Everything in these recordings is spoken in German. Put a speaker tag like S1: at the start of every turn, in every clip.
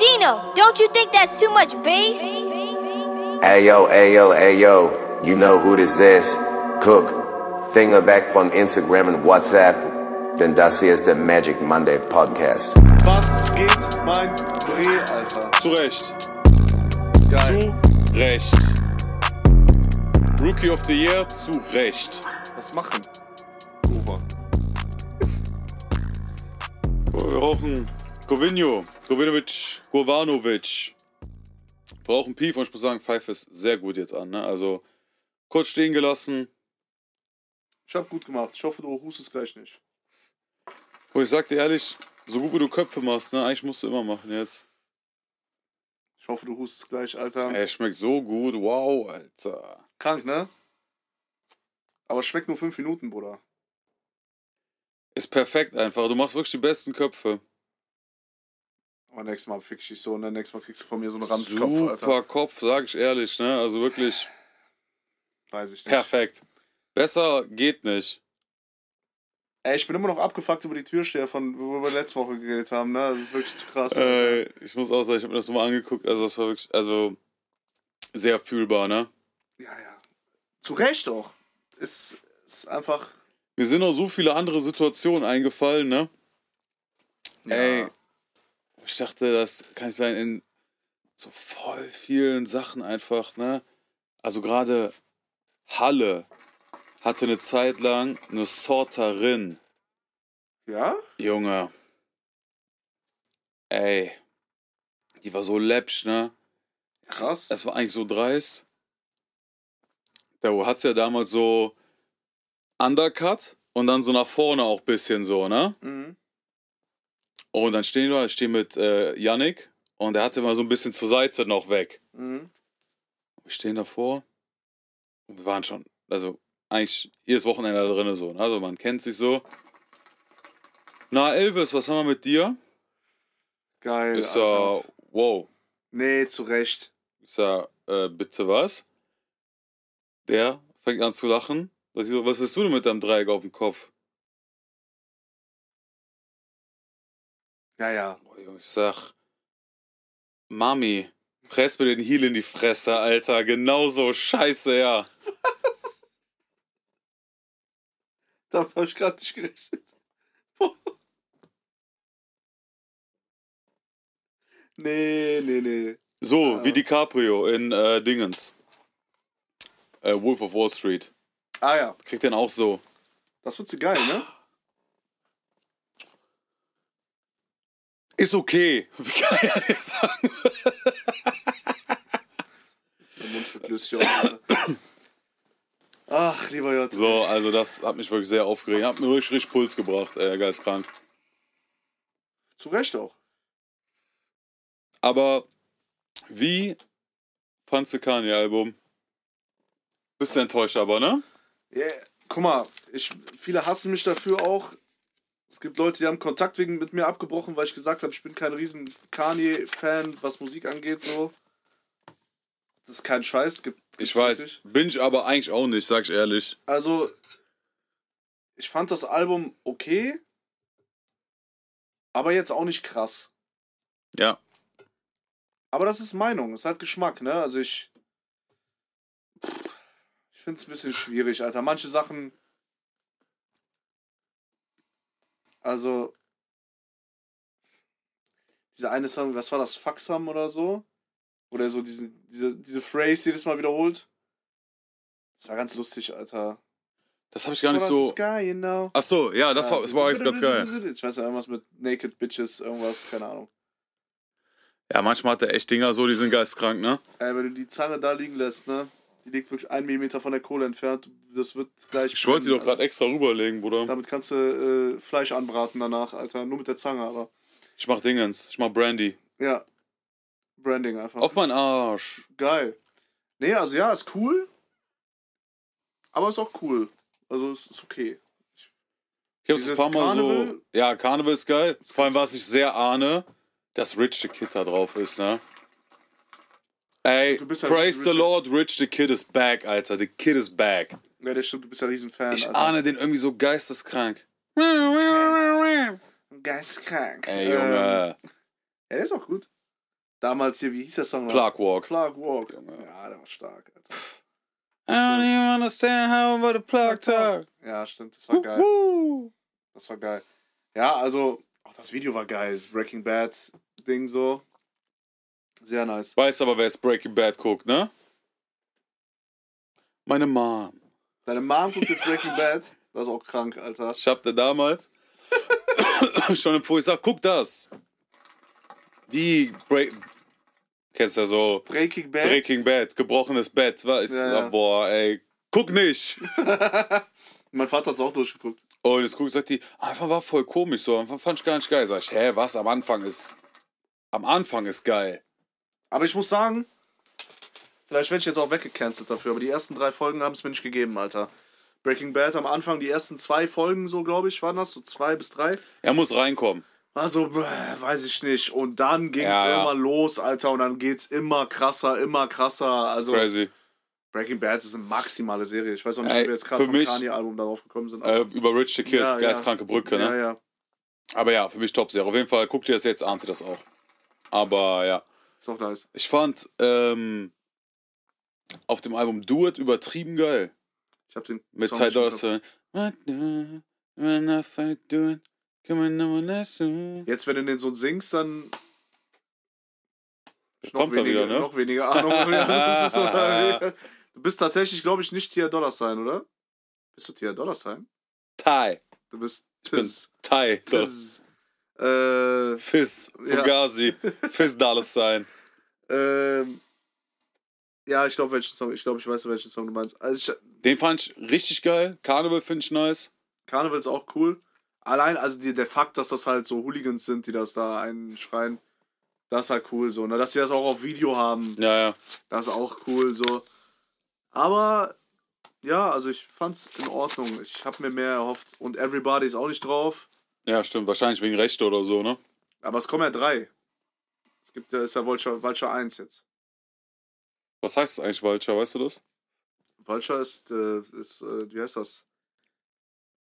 S1: Dino, don't you think that's too much bass?
S2: Ayo, ayo, ayo, you know who this is. Cook, finger back from Instagram and WhatsApp, denn das hier ist der Magic Monday Podcast.
S3: Was geht mein Dreh, Alter?
S4: Zu Recht.
S3: Geil.
S4: Zu Recht. Rookie of the Year zu Recht.
S3: Was machen?
S4: Uwe. Wir brauchen Govinio, Govinovic, Govanovic. Wir brauchen Pief und ich muss sagen, Pfeife ist sehr gut jetzt an. Ne? Also kurz stehen gelassen.
S3: Ich hab gut gemacht. Ich hoffe, du hust es gleich nicht.
S4: Und ich sag dir ehrlich, so gut wie du Köpfe machst, ne? eigentlich musst du immer machen jetzt.
S3: Ich hoffe, du hust es gleich, Alter.
S4: Ey, schmeckt so gut. Wow, Alter.
S3: Krank, ne? Aber es schmeckt nur 5 Minuten, Bruder.
S4: Ist perfekt einfach. Du machst wirklich die besten Köpfe.
S3: Aber nächstes Mal fick ich dich so und dann nächstes Mal kriegst du von mir so einen Ramskopf,
S4: Super
S3: Alter.
S4: Kopf, sag ich ehrlich. Ne? Also wirklich.
S3: Weiß ich nicht.
S4: Perfekt. Besser geht nicht.
S3: Ey, ich bin immer noch abgefuckt über die Türsteher, von wo wir letzte Woche geredet haben, ne? Das ist wirklich zu krass. Alter.
S4: Äh, ich muss auch sagen, ich habe mir das nochmal angeguckt. Also, das war wirklich, also, sehr fühlbar, ne?
S3: Ja, ja. Zu Recht auch. Ist, ist einfach.
S4: Mir sind noch so viele andere Situationen eingefallen, ne?
S3: Ja.
S4: Ey. Ich dachte, das kann ich sein in so voll vielen Sachen einfach, ne? Also, gerade Halle hatte eine Zeit lang eine Sorterin.
S3: Ja?
S4: Junge. Ey. Die war so läppsch, ne?
S3: Krass.
S4: Das war eigentlich so dreist. Da hat's ja damals so Undercut und dann so nach vorne auch bisschen so, ne?
S3: mhm.
S4: Und dann stehen wir, ich stehe mit äh, Yannick und der hatte mal so ein bisschen zur Seite noch weg.
S3: Mhm.
S4: Wir stehen davor und wir waren schon, also eigentlich jedes Wochenende da drin so, ne? Also man kennt sich so. Na, Elvis, was haben wir mit dir?
S3: Geil.
S4: Ist
S3: Alter.
S4: ja, wow.
S3: Nee, zu Recht.
S4: Ich sag, äh, bitte was? Der fängt an zu lachen. Dass ich so, was willst du denn mit deinem Dreieck auf dem Kopf?
S3: Ja, ja.
S4: Boah, Junge, Ich sag, Mami, press mir den Heel in die Fresse, Alter. Genauso scheiße, ja.
S3: Damit habe ich gerade nicht gerechnet. nee, nee, nee.
S4: So, wie DiCaprio in äh, Dingens. Äh, Wolf of Wall Street.
S3: Ah ja,
S4: Kriegt den auch so.
S3: das wird sie geil, ne?
S4: Ist okay. Wie kann ich das sagen?
S3: Der Mund wird löslich auf, Alter. Ach, lieber J.
S4: So, also das hat mich wirklich sehr aufgeregt. Hat mir richtig, richtig Puls gebracht, äh, geistkrank.
S3: Zu Recht auch.
S4: Aber wie fandst du Kanye-Album? Bist du enttäuscht aber, ne?
S3: Yeah. Guck mal, ich, viele hassen mich dafür auch. Es gibt Leute, die haben Kontakt wegen mit mir abgebrochen, weil ich gesagt habe, ich bin kein riesen Kanye-Fan, was Musik angeht, so. Das ist kein Scheiß. es Gibt,
S4: Ich
S3: gibt's wirklich.
S4: weiß, bin ich aber eigentlich auch nicht, sag ich ehrlich.
S3: Also, ich fand das Album okay, aber jetzt auch nicht krass.
S4: Ja.
S3: Aber das ist Meinung, es hat Geschmack, ne? Also ich. Ich find's ein bisschen schwierig, Alter. Manche Sachen. Also. Dieser eine Song, was war das? Faxam oder so? Oder so diese, diese, diese Phrase jedes Mal wiederholt. Das war ganz lustig, Alter.
S4: Das habe ich gar nicht so.
S3: Sky, you know.
S4: Ach so, ja, das war, das war eigentlich ganz geil.
S3: Ah, Ich weiß ja, irgendwas mit Naked Bitches, irgendwas, keine Ahnung.
S4: Ja, manchmal hat er echt Dinger so, die sind geistkrank, ne?
S3: Ey, wenn du die Zange da liegen lässt, ne? Die liegt wirklich einen Millimeter von der Kohle entfernt. Das wird gleich.
S4: Ich wollte die
S3: brennen,
S4: doch gerade
S3: Alter.
S4: extra rüberlegen, Bruder.
S3: Damit kannst du äh, Fleisch anbraten danach, Alter. Nur mit der Zange, aber.
S4: Ich mach Dingens, ich mach Brandy.
S3: Ja. Branding einfach.
S4: Auf meinen Arsch.
S3: Geil. Nee, also ja, ist cool. Aber ist auch cool. Also es ist okay.
S4: Ich hab's ein
S3: Dieses
S4: paar Mal so.
S3: Carnival-
S4: Ja, Carnival ist geil. Vor allem, was ich sehr ahne, dass Rich the Kid da drauf ist, ne? Ey,
S3: Du bist ja
S4: praise
S3: Rich-
S4: the Lord, Rich the Kid is back, Alter. The Kid is back.
S3: Ja, das stimmt, du bist ja ein Riesenfan.
S4: Ich
S3: Alter.
S4: ahne den irgendwie so geisteskrank.
S3: Geistkrank.
S4: Ey, Junge.
S3: Ähm, ja, der ist auch gut. Damals hier, wie hieß der Song? noch?
S4: Plague Walk.
S3: Plague Walk. Ja, der war stark, Alter.
S4: I don't even understand how about a plug talk.
S3: Ja, stimmt, das war geil.
S4: Woo.
S3: Das war geil. Ja, also, auch das Video war geil. Das Breaking Bad Ding so. Sehr nice.
S4: Weiß aber, wer jetzt Breaking Bad guckt, ne? Meine Mom.
S3: Deine Mom guckt jetzt Breaking Bad. Das ist auch krank, Alter.
S4: Ich hab da damals schon empfohlen, ich sag, guck das. Wie Break. Kennst du ja so
S3: Breaking Bad.
S4: Breaking Bad, gebrochenes Bett, weißt
S3: Ja, ja.
S4: du? Boah, ey, guck nicht!
S3: mein Vater hat's auch durchgeguckt.
S4: Und jetzt guckt, sagt die, ah, einfach war voll komisch, so, einfach fand ich gar nicht geil. Sag ich, hä, was? Am Anfang ist. Am Anfang ist geil.
S3: Aber ich muss sagen, vielleicht werde ich jetzt auch weggecancelt dafür, aber die ersten drei Folgen haben es mir nicht gegeben, Alter. Breaking Bad am Anfang, die ersten zwei Folgen so, glaube ich, waren das, so zwei bis drei.
S4: Er muss reinkommen.
S3: War so, Also, bäh, weiß ich nicht. Und dann ging es
S4: Ja, ja.
S3: immer los, Alter, und dann geht's immer krasser, immer krasser. Also
S4: Crazy.
S3: Breaking Bad ist eine maximale Serie. Ich weiß auch nicht,
S4: Ey,
S3: ob wir jetzt gerade
S4: für
S3: vom
S4: mich-
S3: Kanye-Album darauf gekommen sind.
S4: Äh, über Rich the Kid,
S3: Ja, ja.
S4: geistkranke Brücke, ne?
S3: Ja, ja.
S4: Aber ja, für mich Top-Serie. Auf jeden Fall, guck dir das jetzt, ahnt ihr das auch. Aber ja.
S3: Ist auch nice.
S4: Ich fand ähm, auf dem Album Do It übertrieben geil.
S3: Ich hab den
S4: Mit
S3: Song
S4: Ty
S3: nicht
S4: Dolla
S3: im Kopf.
S4: Sign. What the- when I fight do it, come on, no one else do it.
S3: Jetzt, wenn du den so singst, dann. hab ich
S4: Kommt er
S3: weniger,
S4: wieder, ne?
S3: Noch weniger Ahnung. Ja, das ist so, du bist tatsächlich, glaube ich, nicht Tia Dollar sein, oder? Bist du Tia Dollar sein?
S4: Ty.
S3: Du bist
S4: bin
S3: Tiz.
S4: Ty.
S3: Tiz. Äh,
S4: Fizz.
S3: Ja.
S4: Fugazi. Fizz Dollar Sign.
S3: ähm, ja, ich glaube, welchen Song. Ich glaube, ich weiß, welchen Song du meinst. Also, ich,
S4: Den fand ich richtig geil. Carnival finde ich nice.
S3: Karneval ist auch cool. Allein, also die, der Fakt, dass das halt so Hooligans sind, die das da einschreien, das ist halt cool so. Ne? Dass sie das auch auf Video haben,
S4: Ja, ja.
S3: das ist auch cool so. Aber ja, also ich fand's in Ordnung. Ich hab mir mehr erhofft. Und Everybody ist auch nicht drauf.
S4: Ja, stimmt. Wahrscheinlich wegen Rechte oder so, ne?
S3: Aber es kommen ja drei. Es gibt ja, ist ja Vulture, Vulture 1 jetzt.
S4: Was heißt das eigentlich, Walcher? Weißt du das?
S3: Vulture ist, äh, ist äh, wie heißt das?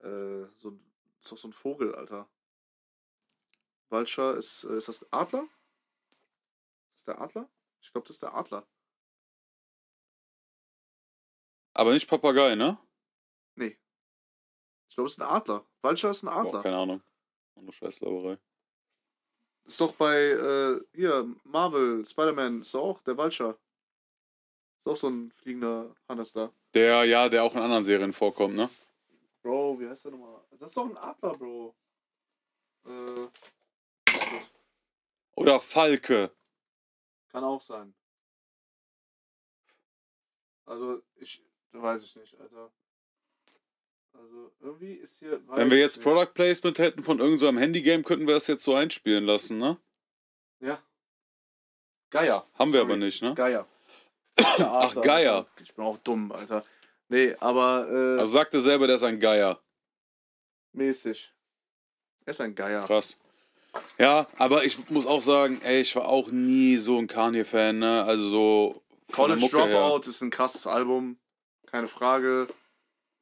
S3: Äh, so, ein- ist doch so ein Vogel, Alter. Vulture ist, äh, ist das ein Adler? Ist das der Adler? Ich glaube, das ist der Adler.
S4: Aber nicht Papagei, ne?
S3: Ich glaube, es ist ein Adler. Vulture ist ein Adler.
S4: Boah, keine Ahnung. Eine Scheißlauberei.
S3: Ist doch bei, äh, hier, Marvel, Spider-Man, ist doch auch der Vulture. Ist auch so ein fliegender Hannes da.
S4: Der, ja, der auch in anderen Serien vorkommt, ne?
S3: Bro, wie heißt der nochmal? Das ist doch ein Adler, Bro. Äh,
S4: Oder Falke.
S3: Kann auch sein. Also, ich weiß ich nicht, Alter. Also, irgendwie ist hier.
S4: Wenn wir jetzt Product Placement hätten von irgendeinem so einem Handygame, könnten wir das jetzt so einspielen lassen, ne?
S3: Ja. Geier.
S4: Haben wir aber nicht, ne?
S3: Geier.
S4: Ach, Geier.
S3: Ich bin auch dumm, Alter. Nee, aber äh,
S4: Also sagt er selber, der ist ein Geier.
S3: mäßig. Er ist ein Geier.
S4: Krass. Ja, aber ich muss auch sagen, ey, ich war auch nie so ein Kanye-Fan, ne? Also so. von der
S3: College
S4: Mucke her.
S3: Dropout ist ein krasses Album. Keine Frage.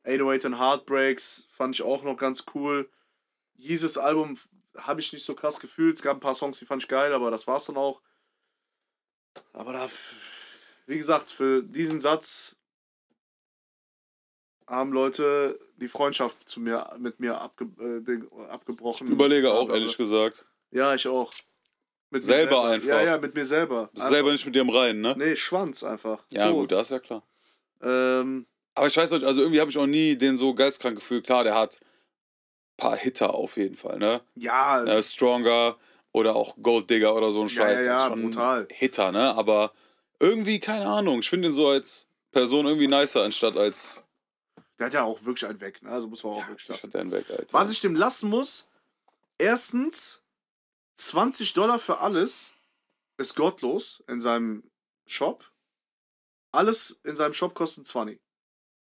S3: 808 and Heartbreaks fand ich auch noch ganz cool. Dieses Album habe ich nicht so krass gefühlt. Es gab ein paar Songs, die fand ich geil, aber das war's dann auch. Aber da, wie gesagt, für diesen Satz haben Leute die Freundschaft zu mir, mit mir abge, äh, Ding- abgebrochen.
S4: Ich überlege auch, ehrlich gesagt.
S3: Ja, ich auch. Mit mir
S4: Selber einfach.
S3: Ja, ja, mit mir selber.
S4: Bist selber nicht mit dir im Reinen, ne?
S3: Nee, Schwanz einfach.
S4: Ja,
S3: Tot.
S4: gut, das ist ja klar.
S3: Ähm,
S4: Aber ich weiß nicht, also irgendwie habe ich auch nie den so geistkrank gefühlt. Klar, der hat ein paar Hitter auf jeden Fall, ne?
S3: ja,
S4: äh, Stronger oder auch Gold Digger oder so ein
S3: Ja,
S4: Scheiß.
S3: ja,
S4: Das
S3: ja,
S4: ist schon
S3: brutal.
S4: Hitter, ne? Aber irgendwie, keine Ahnung, ich finde ihn so als Person irgendwie nicer, anstatt als.
S3: der hat ja auch wirklich einen weg. Ne? Also muss man auch wirklich
S4: Ich
S3: lassen.
S4: hatte einen weg, Alter.
S3: Was ich dem lassen muss, erstens, 20 Dollar für alles ist gottlos in seinem Shop. Alles in seinem Shop kostet 20.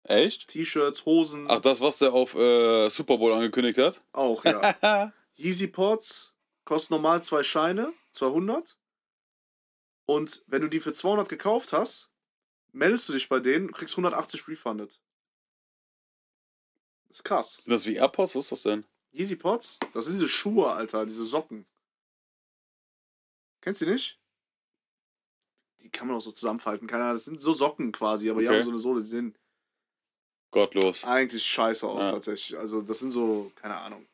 S4: Echt?
S3: T-Shirts, Hosen,
S4: Ach, das, was der auf äh, Super Bowl angekündigt hat?
S3: auch, ja.
S4: Ha.
S3: Yeezy Pods kosten normal zwei Scheine, 200. Und wenn du die für 200 gekauft hast, meldest du dich bei denen, du kriegst 180 refunded. Das ist krass.
S4: Sind das wie AirPods? Was ist das denn?
S3: Yeezy Pods? Das sind diese Schuhe, Alter, diese Socken. Kennst du die nicht? die kann man auch so zusammenfalten. Keine Ahnung, das sind so Socken quasi, aber die
S4: Okay.
S3: haben so eine Sohle, die sehen
S4: Gottlos.
S3: eigentlich scheiße aus
S4: Ja.
S3: tatsächlich. Also das sind so, keine Ahnung,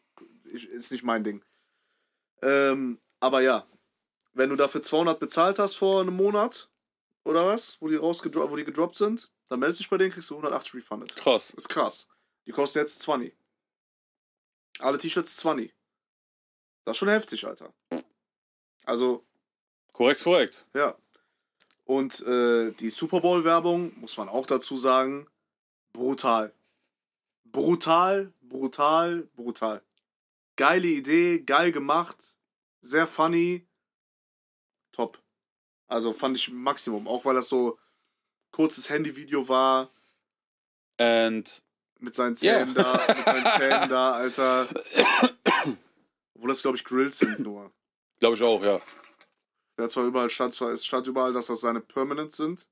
S3: ich, ist nicht mein Ding. Ähm, aber ja, wenn du dafür 200 bezahlt hast vor einem Monat oder was, wo die, rausgedro wo die gedroppt sind, dann meldest dich bei denen, kriegst du 180 refunded.
S4: Krass.
S3: Ist krass. Die kosten jetzt 20. Alle T-Shirts 20. Das ist schon heftig, Alter. Also,
S4: Korrekt, korrekt.
S3: ja. Und äh, die Super Bowl-Werbung, muss man auch dazu sagen, brutal. Brutal, brutal, brutal. Geile Idee, geil gemacht, sehr funny, top. Also fand ich Maximum, auch weil das so kurzes Handyvideo war
S4: And
S3: mit seinen
S4: Ja.
S3: Zähnen da, mit seinen Zähnen da, Alter. Obwohl das, glaube ich, Grills sind nur.
S4: glaube ich auch, ja.
S3: Der hat zwar überall stand, zwar, es stand überall, dass das seine Permanents sind,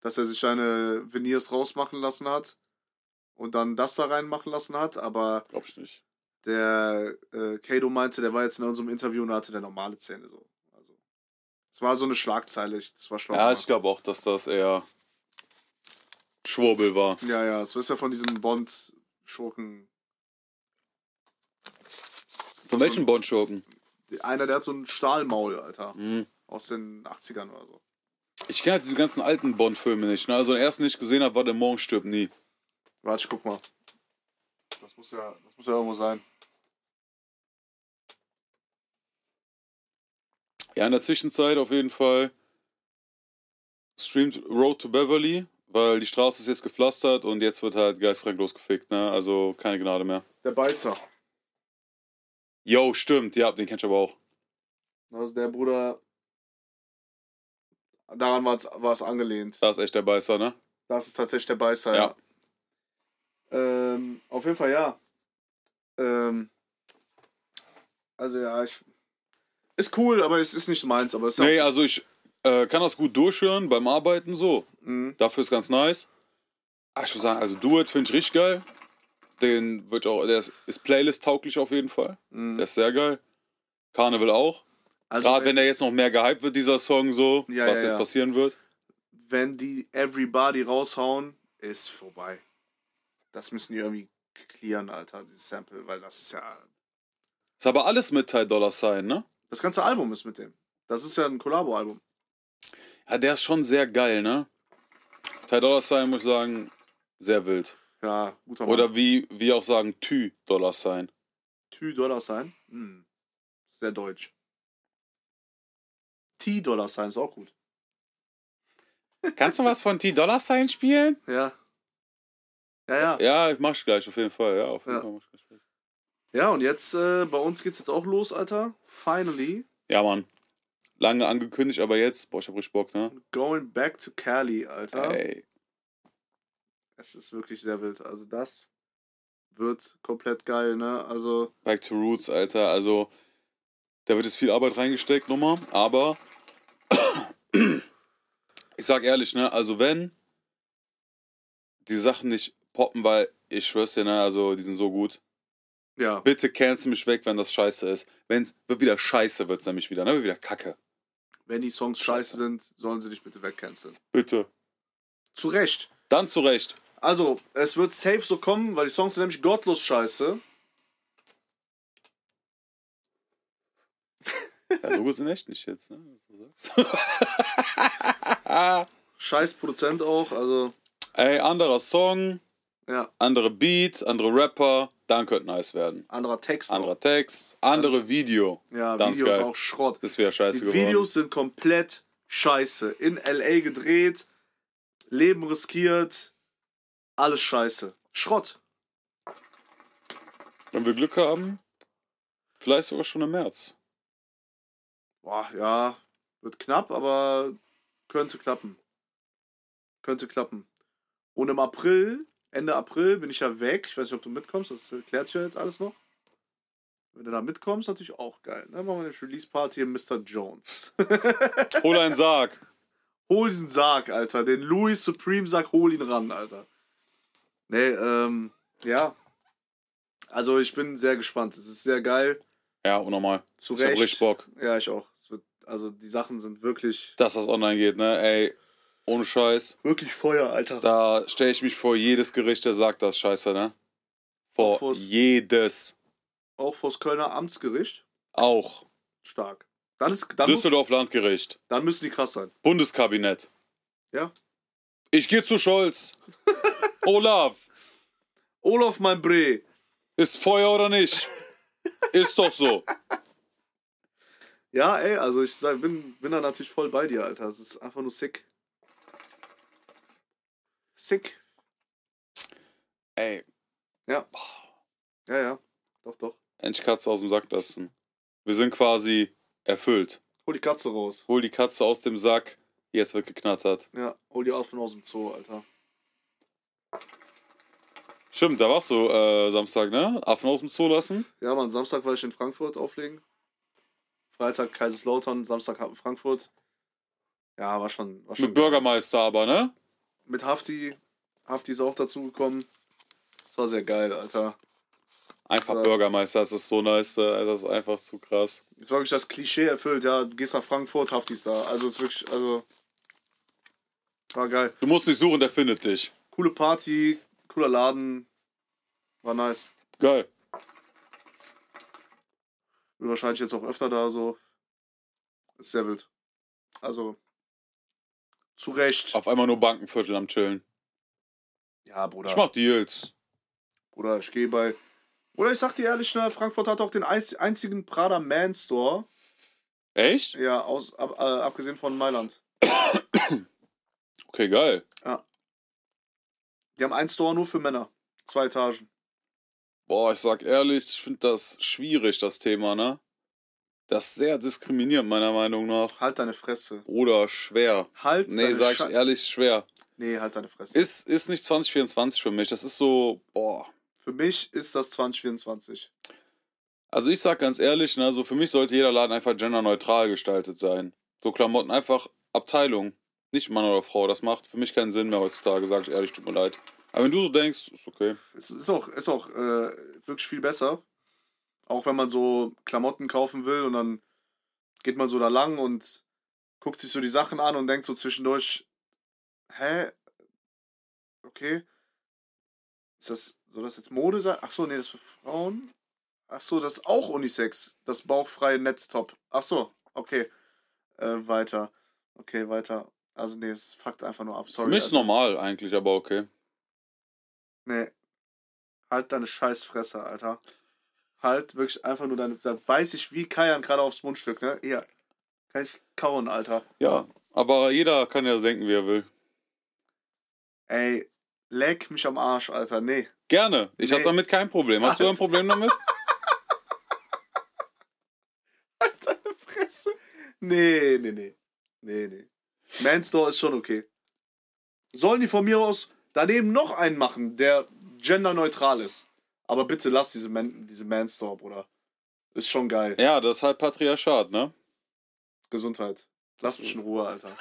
S3: dass er sich seine Veneers rausmachen lassen hat und dann das da reinmachen lassen hat, aber
S4: Glaube ich nicht.
S3: der äh, Kato meinte, der war jetzt in unserem Interview und hatte der normale Zähne so. Also, es war so eine Schlagzeile, ich- das war schlau.
S4: Ja,
S3: gemacht.
S4: ich glaube auch, dass das eher Schwurbel war.
S3: Ja, ja, es ist ja von diesem Bond-Schurken. Es gibt
S4: Von
S3: so
S4: welchen
S3: einen-
S4: Bondschurken?
S3: Einer, der hat so ein Stahlmaul, Alter.
S4: Hm.
S3: Aus den 80ern oder so.
S4: Ich kenne halt diese ganzen alten Bond-Filme nicht. Ne? Also den ersten, den ich gesehen habe, war der Morgen stirbt nie.
S3: Warte, ich guck mal. Das muss ja, das muss ja irgendwo sein.
S4: Ja, in der Zwischenzeit auf jeden Fall streamt Road to Beverly, weil die Straße ist jetzt gepflastert und jetzt wird halt geistreich losgefickt, ne? Also keine Gnade mehr.
S3: Der Beißer.
S4: Yo, stimmt, ja, den kenn ich aber auch.
S3: Also der Bruder. Daran war es, war es angelehnt.
S4: Da ist echt der Beißer, ne?
S3: Das ist tatsächlich der Beißer, ja.
S4: Ja.
S3: Ähm, auf jeden Fall ja. Ähm, also ja, ich. Ist cool, aber es ist nicht meins, aber es ist
S4: Nee, also ich äh, kann das gut durchhören beim Arbeiten so.
S3: ja. Mhm.
S4: Dafür ist ganz nice. Aber ich muss sagen, also Duet finde ich richtig geil. Den wird auch, der ist, ist Playlist-tauglich auf jeden Fall.
S3: Mhm.
S4: Der ist sehr geil. Carnival auch.
S3: Also
S4: Gerade wenn er jetzt noch mehr gehypt wird, dieser Song so,
S3: Ja,
S4: was
S3: ja,
S4: jetzt
S3: ja.
S4: passieren wird.
S3: wenn die Everybody raushauen, ist vorbei. Das müssen die irgendwie clearen, Alter, dieses Sample, weil das ist ja.
S4: Ist aber alles mit Ty Dollar Sign, ne?
S3: Das ganze Album ist mit dem. Das ist ja ein Kollabo-Album.
S4: Ja, der ist schon sehr geil, ne? Ty Dollar Sign muss ich sagen, sehr wild.
S3: Ja, guter Mann.
S4: Oder wie wir auch sagen, Ty Dollar Sign.
S3: T-Dollar sein. Hm. Ist sehr deutsch. T-Dollar sein ist auch gut.
S4: Kannst du was von Ty Dollar Sign spielen?
S3: Ja. Ja, ja.
S4: Ja, ich mach's gleich, auf jeden Fall. Ja, auf jeden
S3: Ja.
S4: Fall mach ich gleich.
S3: Ja, und jetzt, äh, bei uns geht's jetzt auch los, Alter. Finally.
S4: Ja, Mann. Lange angekündigt, aber jetzt, boah, ich hab richtig Bock, ne?
S3: Going back to Cali, Alter.
S4: Ey.
S3: Es ist wirklich sehr wild. Also das wird komplett geil, ne? Also
S4: Back to Roots, Alter. Also, da wird jetzt viel Arbeit reingesteckt, nochmal. Aber ich sag ehrlich, ne, also wenn die Sachen nicht poppen, weil ich schwör's dir, ne, also die sind so gut.
S3: ja,
S4: Bitte cancel mich weg, wenn das scheiße ist. Wenn's wird wieder scheiße, wird's nämlich wieder, ne, wird wieder kacke.
S3: wenn die Songs scheiße sind, sollen sie dich bitte wegcanceln.
S4: Bitte.
S3: Zu Recht.
S4: Dann zurecht.
S3: Also, es wird safe so kommen, weil die Songs sind nämlich gottlos scheiße.
S4: Ja, so gut sind echt nicht jetzt, ne, was du sagst.
S3: Scheiß Produzent auch, also
S4: Ey, anderer Song,
S3: ja,
S4: andere Beat, andere Rapper, dann könnte nice werden.
S3: anderer Text.
S4: Anderer Text, andere
S3: Das-
S4: Video.
S3: auch. Ja,
S4: Ganz
S3: Videos
S4: geil.
S3: auch Schrott.
S4: Das wäre scheiße
S3: Die
S4: geworden.
S3: Videos sind komplett scheiße. In LA gedreht, Leben riskiert, alles scheiße. Schrott.
S4: Wenn wir Glück haben, vielleicht sogar schon im März.
S3: Boah, ja, wird knapp, aber könnte klappen. Könnte klappen. Und im April, Ende April, bin ich ja weg. Ich weiß nicht, ob du mitkommst, das klärt sich ja jetzt alles noch. Wenn du da mitkommst, natürlich auch geil. Dann machen wir eine Release-Party im Mr. Jones.
S4: Hol einen Sarg.
S3: hol diesen Sarg, Alter. Den Louis Supreme Sarg, hol ihn ran, Alter. Nee, ähm, ja. Also ich bin sehr gespannt. Es ist sehr geil.
S4: Ja, unnormal.
S3: Zu
S4: Ich hab
S3: Recht.
S4: richtig Bock.
S3: Ja, ich auch. Es wird, Also die Sachen sind wirklich,
S4: dass das online geht, ne? Ey, ohne Scheiß.
S3: wirklich Feuer, Alter.
S4: Da stelle ich mich vor jedes Gericht, der sagt das Scheiße, ne? Vor
S3: Vor's-
S4: jedes.
S3: Auch vors Kölner Amtsgericht.
S4: Auch.
S3: Stark. Dann, ist, dann, muss,
S4: Düsseldorf Landgericht.
S3: dann müssen die krass sein.
S4: Bundeskabinett.
S3: Ja.
S4: Ich gehe zu Scholz. Olaf,
S3: Olaf, mein Bre.
S4: ist Feuer oder nicht? Ist doch so.
S3: Ja, ey, also ich sag, bin, bin da natürlich voll bei dir, Alter. Es ist einfach nur sick. Sick.
S4: Ey,
S3: Ja. Ja, ja. Doch, doch.
S4: endlich Katze aus dem Sack lassen. Wir sind quasi erfüllt.
S3: Hol die Katze raus.
S4: Hol die Katze aus dem Sack. Jetzt wird geknattert.
S3: Ja, hol die Affen aus dem Zoo, Alter.
S4: Stimmt, da warst du äh, Samstag, ne? Affen aus dem Zoo lassen.
S3: Ja, Mann, Samstag war ich in Frankfurt auflegen. Freitag Kaiserslautern, Samstag Frankfurt. Ja, war schon. War schon
S4: Mit Bürgermeister aber, ne?
S3: Mit Hafti. Hafti ist auch dazugekommen. Das war sehr geil, Alter.
S4: Einfach
S3: Ja.
S4: Bürgermeister, das ist so nice, äh, das ist einfach zu krass.
S3: Jetzt war wirklich das Klischee erfüllt, ja. Du gehst nach Frankfurt, Hafti ist da. Also, es ist wirklich, also. War geil.
S4: Du musst nicht suchen, der findet dich.
S3: Coole Party, cooler Laden. War nice.
S4: Geil.
S3: Bin wahrscheinlich jetzt auch öfter da, so. Ist sehr wild. Also. Zu Recht.
S4: Auf einmal nur Bankenviertel am Chillen.
S3: Ja, Bruder.
S4: Ich mach Deals.
S3: Oder ich gehe bei. Oder ich sag dir ehrlich, ne, Frankfurt hat auch den eis- einzigen Prada Man Store.
S4: Echt?
S3: Ja, aus, ab, äh, abgesehen von Mailand.
S4: Okay, geil.
S3: Die haben einen Store nur für Männer. Zwei Etagen.
S4: Boah, ich sag ehrlich, ich finde das schwierig, das Thema, ne? Das ist sehr diskriminierend, meiner Meinung nach.
S3: Halt deine Fresse.
S4: Oder schwer.
S3: Halt
S4: Nee,
S3: deine
S4: sag ich
S3: Sche-
S4: ehrlich, schwer.
S3: Nee, halt deine Fresse.
S4: Ist, ist nicht 2024 für mich. Das ist so, boah.
S3: für mich ist das 2024.
S4: Also ich sag ganz ehrlich, ne, so für mich sollte jeder Laden einfach genderneutral gestaltet sein. So Klamotten einfach Abteilung, nicht Mann oder Frau. Das macht für mich keinen Sinn mehr heutzutage, sag ich ehrlich, tut mir leid. Aber wenn du so denkst, ist okay.
S3: Es ist auch, ist auch äh, wirklich viel besser. Auch wenn man so Klamotten kaufen will und dann geht man so da lang und guckt sich so die Sachen an und denkt so zwischendurch, hä? Okay. Ist das, soll das jetzt Mode sein? Ach so, nee, das ist für Frauen. Ach so, das ist auch Unisex. Das bauchfreie Netztop. Ach so, okay. Äh, weiter. Okay, weiter. Also nee, es fuckt einfach nur ab. Sorry.
S4: für mich ist
S3: Alter.
S4: normal eigentlich, aber okay.
S3: Nee. Halt deine Scheißfresse, Alter. Halt wirklich einfach nur deine. Da beiß ich wie Kajan gerade aufs Mundstück, ne? Ja. Kann ich kauen, Alter.
S4: Ja, aber jeder kann ja denken, wie er will.
S3: Ey, leck mich am Arsch, Alter. Nee.
S4: Gerne. Ich hab
S3: Nee.
S4: habe damit kein Problem. Hast du ein Problem damit?
S3: Halt Deine Fresse. Nee, nee, nee. Nee, nee. Manstore ist schon okay. Sollen die von mir aus daneben noch einen machen, der genderneutral ist. Aber bitte lass diese, Man diese Manstore, Bruder. Ist schon geil.
S4: Ja, das ist halt Patriarchat, ne?
S3: Gesundheit. Lass mich in Ruhe, Alter.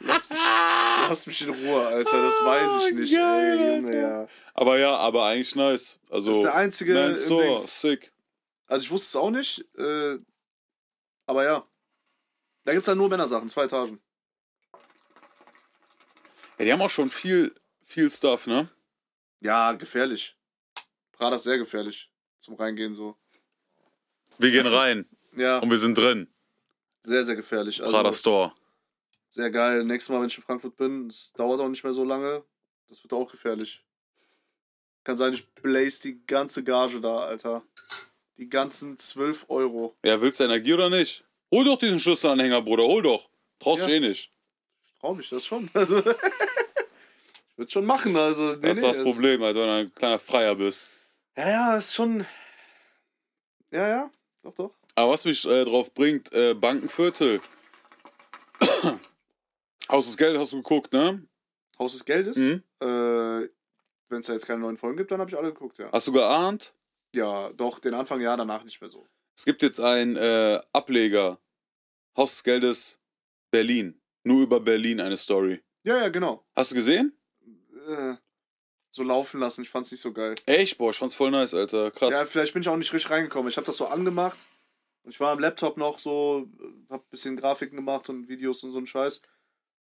S3: lass, mich, lass mich in Ruhe, Alter. Das weiß ich nicht.
S4: geil,
S3: ey, Junge,
S4: Alter.
S3: ja.
S4: Aber ja, aber eigentlich nice. Also,
S3: Das ist der einzige im
S4: Nein, Store,
S3: Dings.
S4: sick.
S3: Also ich wusste es auch nicht. Äh, aber ja. Da gibt's ja nur Männersachen, zwei Etagen.
S4: Ja, die haben auch schon viel, viel Stuff, ne?
S3: Ja, gefährlich. Prada ist sehr gefährlich. Zum Reingehen so.
S4: Wir gehen rein
S3: Ja,
S4: und wir sind drin.
S3: sehr, sehr gefährlich. Also,
S4: Prada Store.
S3: Sehr geil. Nächstes Mal, wenn ich in Frankfurt bin, das dauert auch nicht mehr so lange. Das wird auch gefährlich. Kann sein, ich blaze die ganze Gage da, Alter. Die ganzen 12 Euro.
S4: Ja, willst du Energie oder nicht? Hol doch diesen Schlüsselanhänger, Bruder, hol doch. Traust
S3: Ja.
S4: dich eh nicht.
S3: Ich trau mich das schon. Also, ich würde schon machen, also. nee,
S4: Das
S3: nee,
S4: ist das Problem, Alter, wenn du ein kleiner Freier bist.
S3: Ja, ja, ist schon. Ja, ja, doch, doch.
S4: Aber was mich äh, drauf bringt, äh, Bankenviertel. Haus des Geld hast du geguckt, ne?
S3: Haus des Geldes.
S4: Mhm.
S3: Äh, wenn es da jetzt keine neuen Folgen gibt, dann habe ich alle geguckt, ja.
S4: Hast du geahnt?
S3: Ja, doch, den Anfang ja, danach nicht mehr so.
S4: Es gibt jetzt einen äh, Ableger. Haus des Geldes Berlin. Nur über Berlin eine Story.
S3: Ja, ja, genau.
S4: Hast du gesehen?
S3: Äh, so laufen lassen, ich fand's nicht so geil.
S4: Echt, boah, ich fand's voll nice, Alter. Krass.
S3: Ja, vielleicht bin ich auch nicht richtig reingekommen. Ich habe das so angemacht. und Ich war am Laptop noch so, äh, hab ein bisschen Grafiken gemacht und Videos und so ein Scheiß.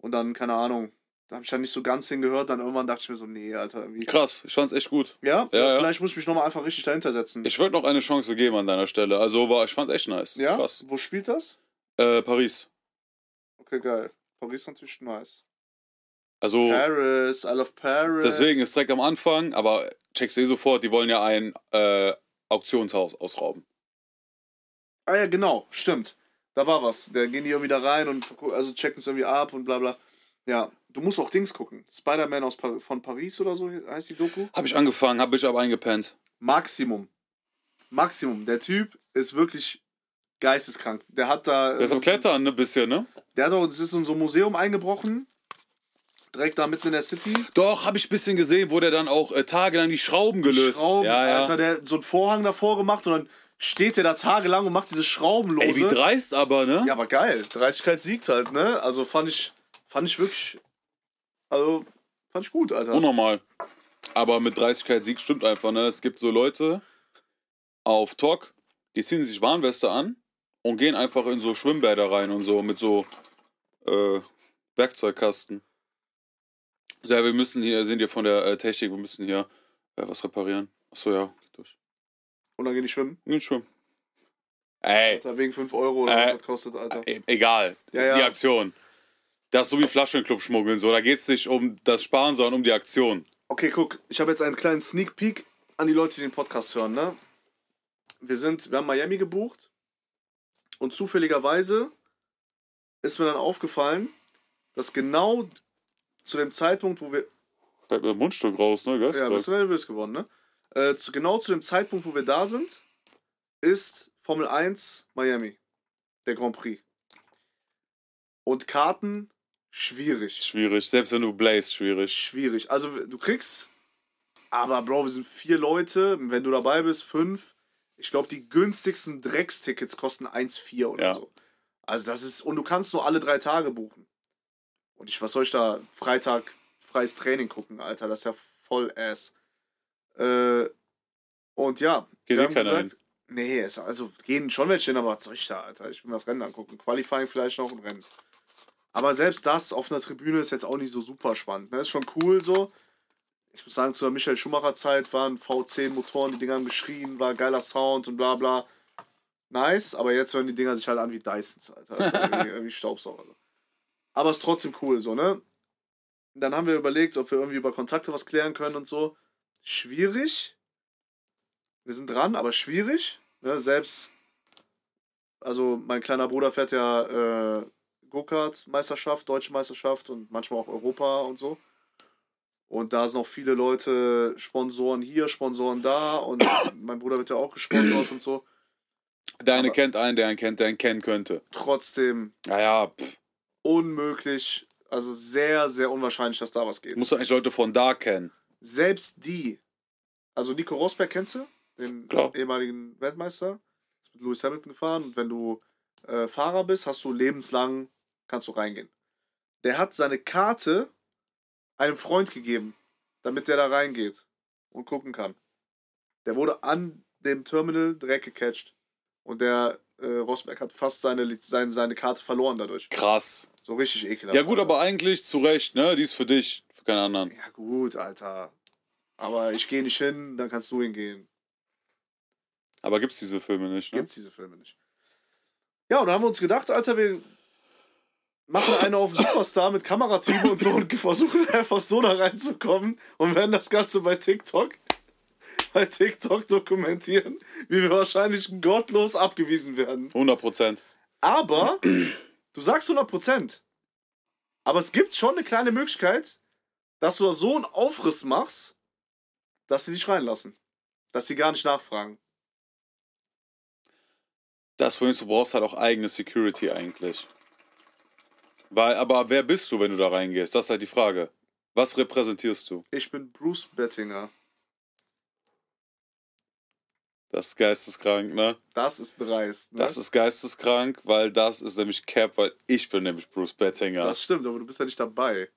S3: Und dann, keine Ahnung, da hab ich dann nicht so ganz hingehört. Dann irgendwann dachte ich mir so, nee, Alter, irgendwie.
S4: Krass, ich fand's echt gut.
S3: Ja,
S4: Ja, ja.
S3: vielleicht muss ich mich nochmal einfach richtig dahinter setzen.
S4: Ich würde noch eine Chance geben an deiner Stelle. Also war, ich fand's echt nice.
S3: ja,
S4: Krass.
S3: wo spielt das?
S4: Äh, Paris.
S3: Okay, geil. Paris natürlich nice.
S4: Also,
S3: Paris, I love Paris.
S4: deswegen ist direkt am Anfang, aber checkst eh sofort, die wollen ja ein äh, Auktionshaus ausrauben.
S3: Ah ja, genau, stimmt. Da war was. Da gehen die irgendwie da rein und gu- also checken es irgendwie ab und bla bla. Ja, du musst auch Dings gucken. Spider-Man aus Par von Paris oder so heißt die Doku.
S4: Hab ich angefangen, hab ich aber eingepennt.
S3: Maximum. Maximum. Der Typ ist wirklich geisteskrank. Der hat da.
S4: Der ist am Klettern, ne, bisschen, ne?
S3: Der hat auch, es ist in so ein Museum eingebrochen. Direkt da mitten in der City.
S4: Doch, hab ich bisschen gesehen, wo der dann auch äh, tagelang die Schrauben gelöst.
S3: Schrauben,
S4: ja, ja.
S3: Alter, der hat so einen Vorhang davor gemacht und dann steht der da tagelang und macht diese Schrauben los.
S4: Ey, wie dreist aber, ne?
S3: Ja, aber geil. Dreistigkeit siegt halt, ne? Also fand ich, fand ich wirklich, also fand ich gut, Alter.
S4: Unnormal. Aber mit Dreistigkeit Sieg stimmt einfach, ne? Es gibt so Leute auf Tok, die ziehen sich Warnweste an und gehen einfach in so Schwimmbäder rein und so mit so äh, Werkzeugkasten. So, ja, wir müssen hier, sind hier von der äh, Technik, wir müssen hier äh, was reparieren. Achso, ja, geht durch.
S3: Und dann gehen die schwimmen.
S4: Geht schwimmen. Ey,
S3: Alter, wegen 5 Euro oder
S4: Äh,
S3: was das kostet, Alter.
S4: e- egal.
S3: Ja, ja.
S4: Die Aktion. Das ist so wie Flaschenclub schmuggeln, so. Da geht's nicht um das Sparen, sondern um die Aktion.
S3: Okay, guck, ich habe jetzt einen kleinen Sneak Peek an die Leute, die den Podcast hören, ne? Wir sind, wir haben Miami gebucht und zufälligerweise ist mir dann aufgefallen, dass genau zu dem Zeitpunkt, wo wir
S4: Fällt mir ein Mundstück raus, ne?
S3: Ja,
S4: Geistreich.
S3: bist du nervös geworden, ne? Äh, zu, genau zu dem Zeitpunkt, wo wir da sind, ist Formel 1 Miami. Der Grand Prix. Und Karten schwierig.
S4: Schwierig, selbst wenn du bläst, schwierig.
S3: Schwierig. Also du kriegst, aber Bro, wir sind vier Leute. Wenn du dabei bist, fünf. Ich glaube, die günstigsten Dreckstickets kosten 1,4 oder
S4: Ja.
S3: so. Also das ist, und du kannst nur alle drei Tage buchen. Und ich, was soll ich da Freitag freies Training gucken, Alter? Das ist ja voll ass. Äh, und ja.
S4: Geht
S3: wir
S4: eh
S3: haben
S4: keiner
S3: Nee, es, also gehen schon welche hin, aber was soll ich da, Alter? Ich will mir das Rennen angucken. Qualifying vielleicht noch und Rennen. Aber selbst das auf einer Tribüne ist jetzt auch nicht so super spannend. Ne? Ist schon cool so. Ich muss sagen, zu der Michael Schumacher Zeit waren V10-Motoren, die Dinger haben geschrien, war geiler Sound und bla bla. Nice, aber jetzt hören die Dinger sich halt an wie Dysons, Alter. Also irgendwie, irgendwie Staubsauger. So. Aber ist trotzdem cool, so, ne? Dann haben wir überlegt, ob wir irgendwie über Kontakte was klären können und so. Schwierig. Wir sind dran, aber schwierig. Ne? Selbst, also mein kleiner Bruder fährt ja äh, Go-Kart-Meisterschaft, Deutsche Meisterschaft und manchmal auch Europa und so. Und da sind auch viele Leute, Sponsoren hier, Sponsoren da und mein Bruder wird ja auch gesponsert und so.
S4: Der eine kennt einen, der einen kennt, der einen kennen könnte.
S3: Trotzdem
S4: Naja, pff,
S3: unmöglich, also sehr, sehr unwahrscheinlich, dass da was geht.
S4: musst du eigentlich Leute von da kennen.
S3: Selbst die, also Nico Rosberg kennst du, den
S4: Klar.
S3: ehemaligen Weltmeister, ist mit Lewis Hamilton gefahren und wenn du äh, Fahrer bist, hast du lebenslang, kannst du reingehen. Der hat seine Karte einem Freund gegeben, damit der da reingeht und gucken kann. Der wurde an dem Terminal direkt gecatcht und der äh, Rosberg hat fast seine, Liz- seine, seine Karte verloren dadurch.
S4: Krass.
S3: So richtig ekelhaft.
S4: Ja gut, aber eigentlich zu Recht, ne? Die ist für dich, für keinen anderen.
S3: Ja, gut, Alter. Aber ich gehe nicht hin, dann kannst du hingehen.
S4: Aber gibt's diese Filme nicht, ne?
S3: Gibt's diese Filme nicht. Ja, und dann haben wir uns gedacht, Alter, wir machen einen auf Superstar mit Kamerateam und so und versuchen einfach so da reinzukommen und werden das Ganze bei TikTok bei TikTok dokumentieren, wie wir wahrscheinlich gottlos abgewiesen werden.
S4: 100 Prozent.
S3: Aber du sagst 100%. Aber es gibt schon eine kleine Möglichkeit, dass du da so einen Aufriss machst, dass sie dich reinlassen. Dass sie gar nicht nachfragen.
S4: Das Problem ist, du brauchst halt auch eigene Security eigentlich. Weil, aber wer bist du, wenn du da reingehst? Das ist halt die Frage. Was repräsentierst du?
S3: Ich bin Bruce Bettinger.
S4: Das ist geisteskrank, ne?
S3: Das ist dreist. Ne?
S4: Das ist geisteskrank, weil das ist nämlich Cap, weil ich bin nämlich Bruce Bettinger.
S3: das stimmt, aber du bist ja nicht dabei.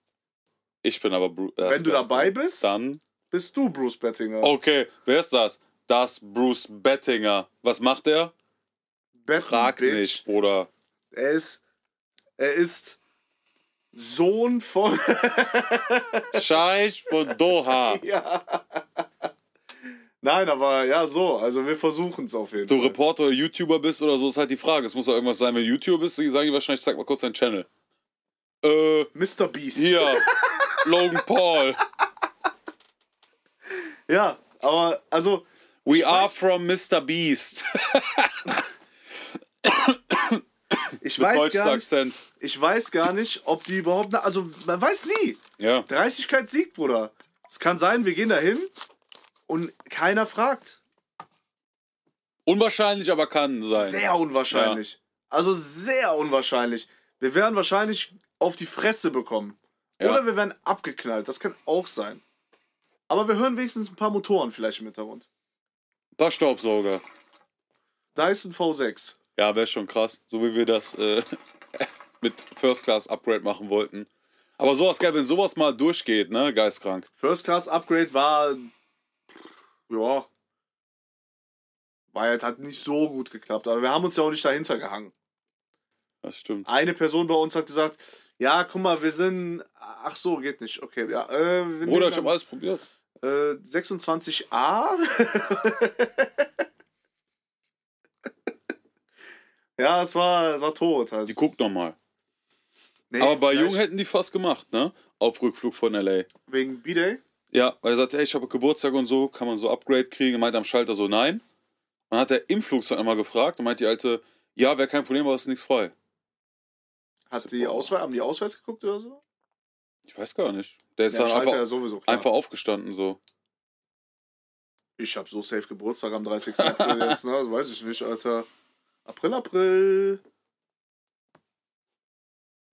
S4: Ich bin aber Bruce.
S3: Wenn du dabei bist,
S4: Dann.
S3: bist du Bruce Bettinger.
S4: Okay, wer ist das? Das Bruce Bettinger. Was macht er?
S3: Betten,
S4: Frag
S3: Bitch.
S4: nicht, Bruder.
S3: Er ist. Er ist. Sohn von.
S4: Scheich von Doha.
S3: Nein, aber ja, so. Also wir versuchen es auf jeden
S4: Du
S3: Fall.
S4: Reporter oder YouTuber bist oder so, ist halt die Frage. Es muss ja irgendwas sein. Wenn du YouTuber bist, die sagen die wahrscheinlich, zeig mal kurz deinen Channel. Äh,
S3: Mr. Beast.
S4: hier. Logan Paul.
S3: Ja, aber also.
S4: We
S3: Ich
S4: are
S3: weiß-
S4: from Mr. Beast.
S3: Ich
S4: Mit
S3: weiß,
S4: deutschem
S3: gar nicht,
S4: Akzent.
S3: ich weiß gar nicht, ob die überhaupt. na- Also man weiß nie.
S4: Ja.
S3: 30 Sieg, Bruder. Es kann sein, wir gehen da hin und keiner fragt.
S4: Unwahrscheinlich, aber kann sein.
S3: Sehr unwahrscheinlich. Also sehr unwahrscheinlich. Wir werden wahrscheinlich auf die Fresse bekommen.
S4: Ja.
S3: Oder wir werden abgeknallt. Das kann auch sein. Aber wir hören wenigstens ein paar Motoren vielleicht im Hintergrund.
S4: Ein paar Staubsauger.
S3: Dyson V6.
S4: Ja, wäre schon krass. So wie wir das äh, mit First Class Upgrade machen wollten. Aber sowas, gell, wenn sowas mal durchgeht, ne, geistkrank.
S3: First Class Upgrade war. Ja. War jetzt hat nicht so gut geklappt. Aber wir haben uns ja auch nicht dahinter gehangen.
S4: Das stimmt.
S3: Eine Person bei uns hat gesagt: Ja, guck mal, wir sind. Ach so, geht nicht. Okay, ja. Äh, wir
S4: Bruder,
S3: nehmen
S4: ich habe
S3: dann,
S4: alles probiert.
S3: äh, 26a? ja, es war, es war tot. Also,
S4: Die guckt nochmal.
S3: nee,
S4: Aber bei
S3: vielleicht
S4: Jung hätten die fast gemacht, ne? Auf Rückflug von L.A.
S3: Wegen B-Day?
S4: Ja, weil er sagte, ey, ich habe Geburtstag und so, kann man so Upgrade kriegen? Er meinte am Schalter so, nein. Und hat er im Flugzeug einmal gefragt und meinte die Alte, ja, wäre kein Problem, aber ist nichts frei.
S3: Hat die Ausweis, haben die Ausweis geguckt oder so?
S4: Ich weiß gar nicht. Der ist
S3: Ja,
S4: dann
S3: Schalter
S4: einfach,
S3: ja sowieso klar.
S4: einfach aufgestanden so.
S3: Ich hab so safe Geburtstag am 30. April jetzt, ne? Weiß ich nicht, Alter. April, April.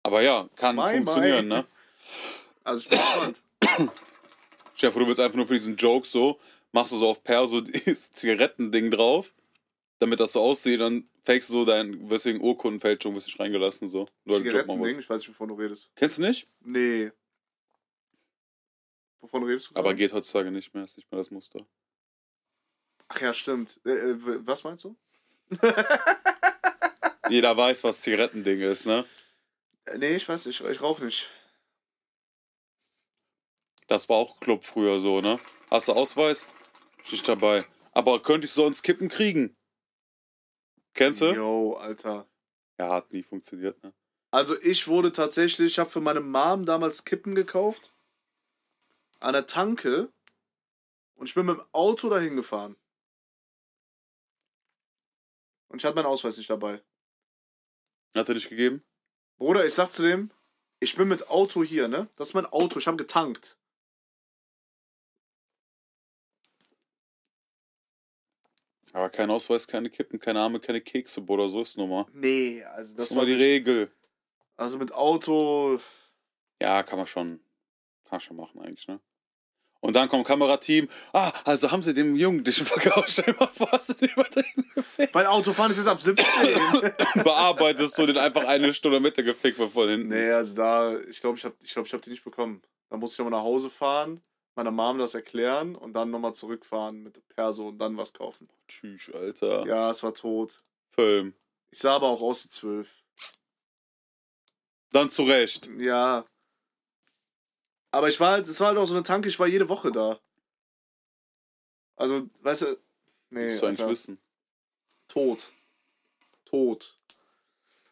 S4: Aber ja, kann
S3: Mai,
S4: funktionieren,
S3: Mai.
S4: ne?
S3: Also ich bin gespannt.
S4: Chef, du willst einfach nur für diesen Joke so, machst du so auf Perso dieses Zigarettending drauf, damit das so aussieht, dann fakest du so dein, wirst wegen Urkundenfälschung, wirst nicht reingelassen, so. Nur einen Joke machen
S3: Zigaretten-Ding,
S4: wolltest.
S3: ich weiß nicht, wovon du redest.
S4: Kennst du nicht?
S3: Nee. Wovon redest du?
S4: Aber
S3: gerade?
S4: geht heutzutage nicht mehr, ist nicht mehr das Muster.
S3: Ach ja, stimmt. Äh, äh, w- was meinst du?
S4: Jeder weiß, was Zigarettending ist, ne?
S3: Äh, nee, ich weiß, ich, ich rauche nicht.
S4: Das war auch Club früher so, ne? Hast du Ausweis? Ist Nicht dabei. Aber könnte ich sonst Kippen kriegen? Kennst du?
S3: Yo, Alter.
S4: Ja, hat nie funktioniert, ne?
S3: Also ich wurde tatsächlich, ich habe für meine Mom damals Kippen gekauft. An der Tanke. Und ich bin mit dem Auto dahin gefahren. Und ich hatte meinen Ausweis nicht dabei.
S4: Hat er nicht gegeben?
S3: Bruder, ich sag zu dem, ich bin mit Auto hier, ne? Das ist mein Auto, ich habe getankt.
S4: Aber kein Ausweis, keine Kippen, keine Arme, keine Kekse, Bruder, so ist Nummer.
S3: Nee, also
S4: Das
S3: das
S4: ist mal
S3: war
S4: die Regel.
S3: Also mit Auto.
S4: Ja, kann man schon, kann man schon machen eigentlich, ne? Und dann kommt Kamerateam. Ah, also haben sie dem Jungen dich verkauft. Stell dir mal vor, hast du den übertrieben gefickt.
S3: Weil Autofahren ist jetzt ab 17.
S4: Bearbeitest du den einfach eine Stunde mit der gefickt wird von hinten.
S3: nee, also da, ich glaube, ich habe ich glaub, ich hab die nicht bekommen. Da musste ich nochmal nach Hause fahren, meiner Mom das erklären und dann nochmal zurückfahren mit Perso und dann was kaufen.
S4: Tschüss, Alter.
S3: Ja, es war tot.
S4: Film.
S3: Ich sah aber auch aus wie zwölf.
S4: Dann zurecht.
S3: Ja. Aber ich war halt, es war halt auch so eine Tanke, ich war jede Woche da. Also, weißt du, nee,
S4: Musst du eigentlich
S3: Alter,
S4: wissen.
S3: tot. Tot.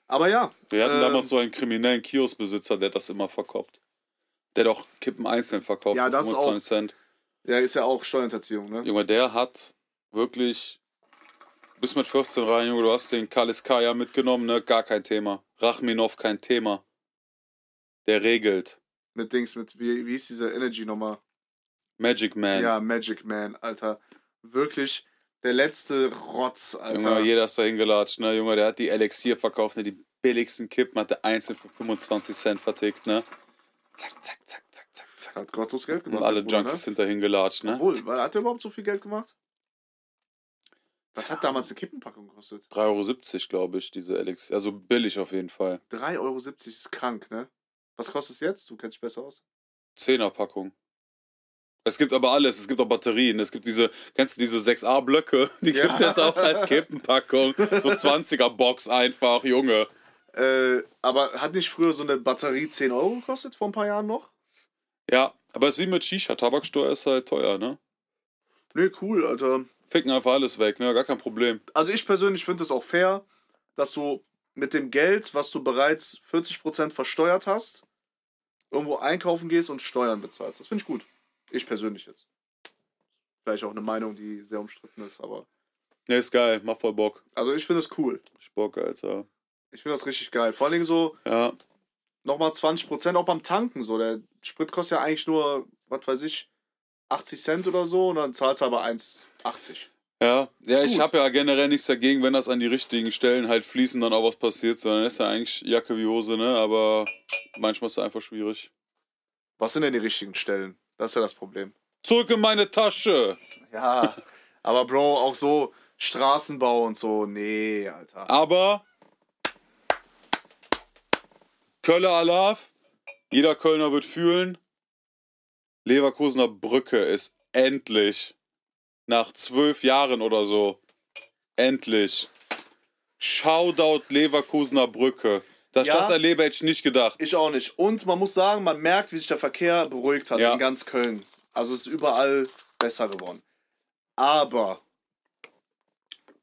S3: Aber ja.
S4: Wir hatten
S3: ähm,
S4: damals so einen kriminellen Kioskbesitzer, der hat das immer verkauft. Der hat auch Kippen einzeln verkauft.
S3: Ja,
S4: für
S3: das auch.
S4: 25 Cent.
S3: Ja, ist ja auch Steuerhinterziehung, ne?
S4: Junge, der hat wirklich bis mit 14 rein, Junge, du hast den Kaliskaya mitgenommen, ne? Gar kein Thema. Rachminov kein Thema. Der regelt.
S3: Mit Dings, mit, wie, wie hieß diese Energy nochmal?
S4: Magic Man.
S3: Ja, Magic Man, Alter. Wirklich der letzte Rotz,
S4: Junge,
S3: Alter.
S4: jeder ist da hingelatscht, ne? Junge, der hat die LX4 verkauft, ne? Die billigsten Kippen hat der einzeln für 25 Cent vertickt, ne? Zack, zack, zack, zack, zack, zack.
S3: Hat gottlos Geld gemacht.
S4: Und alle
S3: der Bruder,
S4: Junkies sind da hingelatscht,
S3: Ne?
S4: ne?
S3: Obwohl, weil- hat er überhaupt so viel Geld gemacht? Was hat damals eine Kippenpackung gekostet?
S4: 3,70 Euro, glaube ich, diese LX. Also billig auf jeden Fall.
S3: 3,70 Euro ist krank, ne? Was kostet es jetzt? Du kennst dich besser aus.
S4: Zehnerpackung. Es gibt aber alles. Es gibt auch Batterien. Es gibt diese, kennst du diese 6A-Blöcke? Die
S3: Ja.
S4: gibt es jetzt auch als Kippenpackung. So 20er-Box einfach, Junge.
S3: Äh, aber hat nicht früher so eine Batterie 10 Euro gekostet, vor ein paar Jahren noch?
S4: Ja, aber es ist wie mit Shisha. Tabaksteuer ist halt teuer, ne?
S3: Nee, Ne, cool, Alter.
S4: Ficken einfach alles weg, ne? Gar kein Problem.
S3: Also ich persönlich finde es auch fair, dass du mit dem Geld, was du bereits 40% versteuert hast, irgendwo einkaufen gehst und Steuern bezahlst. Das finde ich gut. Ich persönlich jetzt. Vielleicht auch eine Meinung, die sehr umstritten ist, aber.
S4: Ne, ist geil. Macht voll Bock.
S3: Also ich finde es cool.
S4: Ich Bock, Alter.
S3: Ich finde das richtig geil. Vor allen Dingen so
S4: Ja,
S3: nochmal 20% auch beim Tanken. So. Der Sprit kostet ja eigentlich nur, was weiß ich, 80 Cent oder so und dann zahlst du aber 1,80.
S4: Ja, ja ich
S3: gut.
S4: habe ja generell nichts dagegen, wenn das an die richtigen Stellen halt fließen, dann auch was passiert, sondern ist ja eigentlich Jacke wie Hose, ne? Aber manchmal ist es einfach schwierig.
S3: Was sind denn die richtigen Stellen? Das ist ja das Problem.
S4: Zurück in meine Tasche!
S3: Ja, aber Bro, auch so Straßenbau und so, nee,
S4: Ah.
S3: Alter.
S4: Aber Kölle Alav, jeder Kölner wird fühlen, Leverkusener Brücke ist endlich nach zwölf Jahren oder so. Endlich. Shoutout Leverkusener Brücke. Dass
S3: Ja.
S4: das erlebe hätte ich nicht gedacht.
S3: Ich auch nicht. Und man muss sagen, man merkt, wie sich der Verkehr beruhigt hat
S4: Ja.
S3: in ganz Köln. Also es ist überall besser geworden. Aber,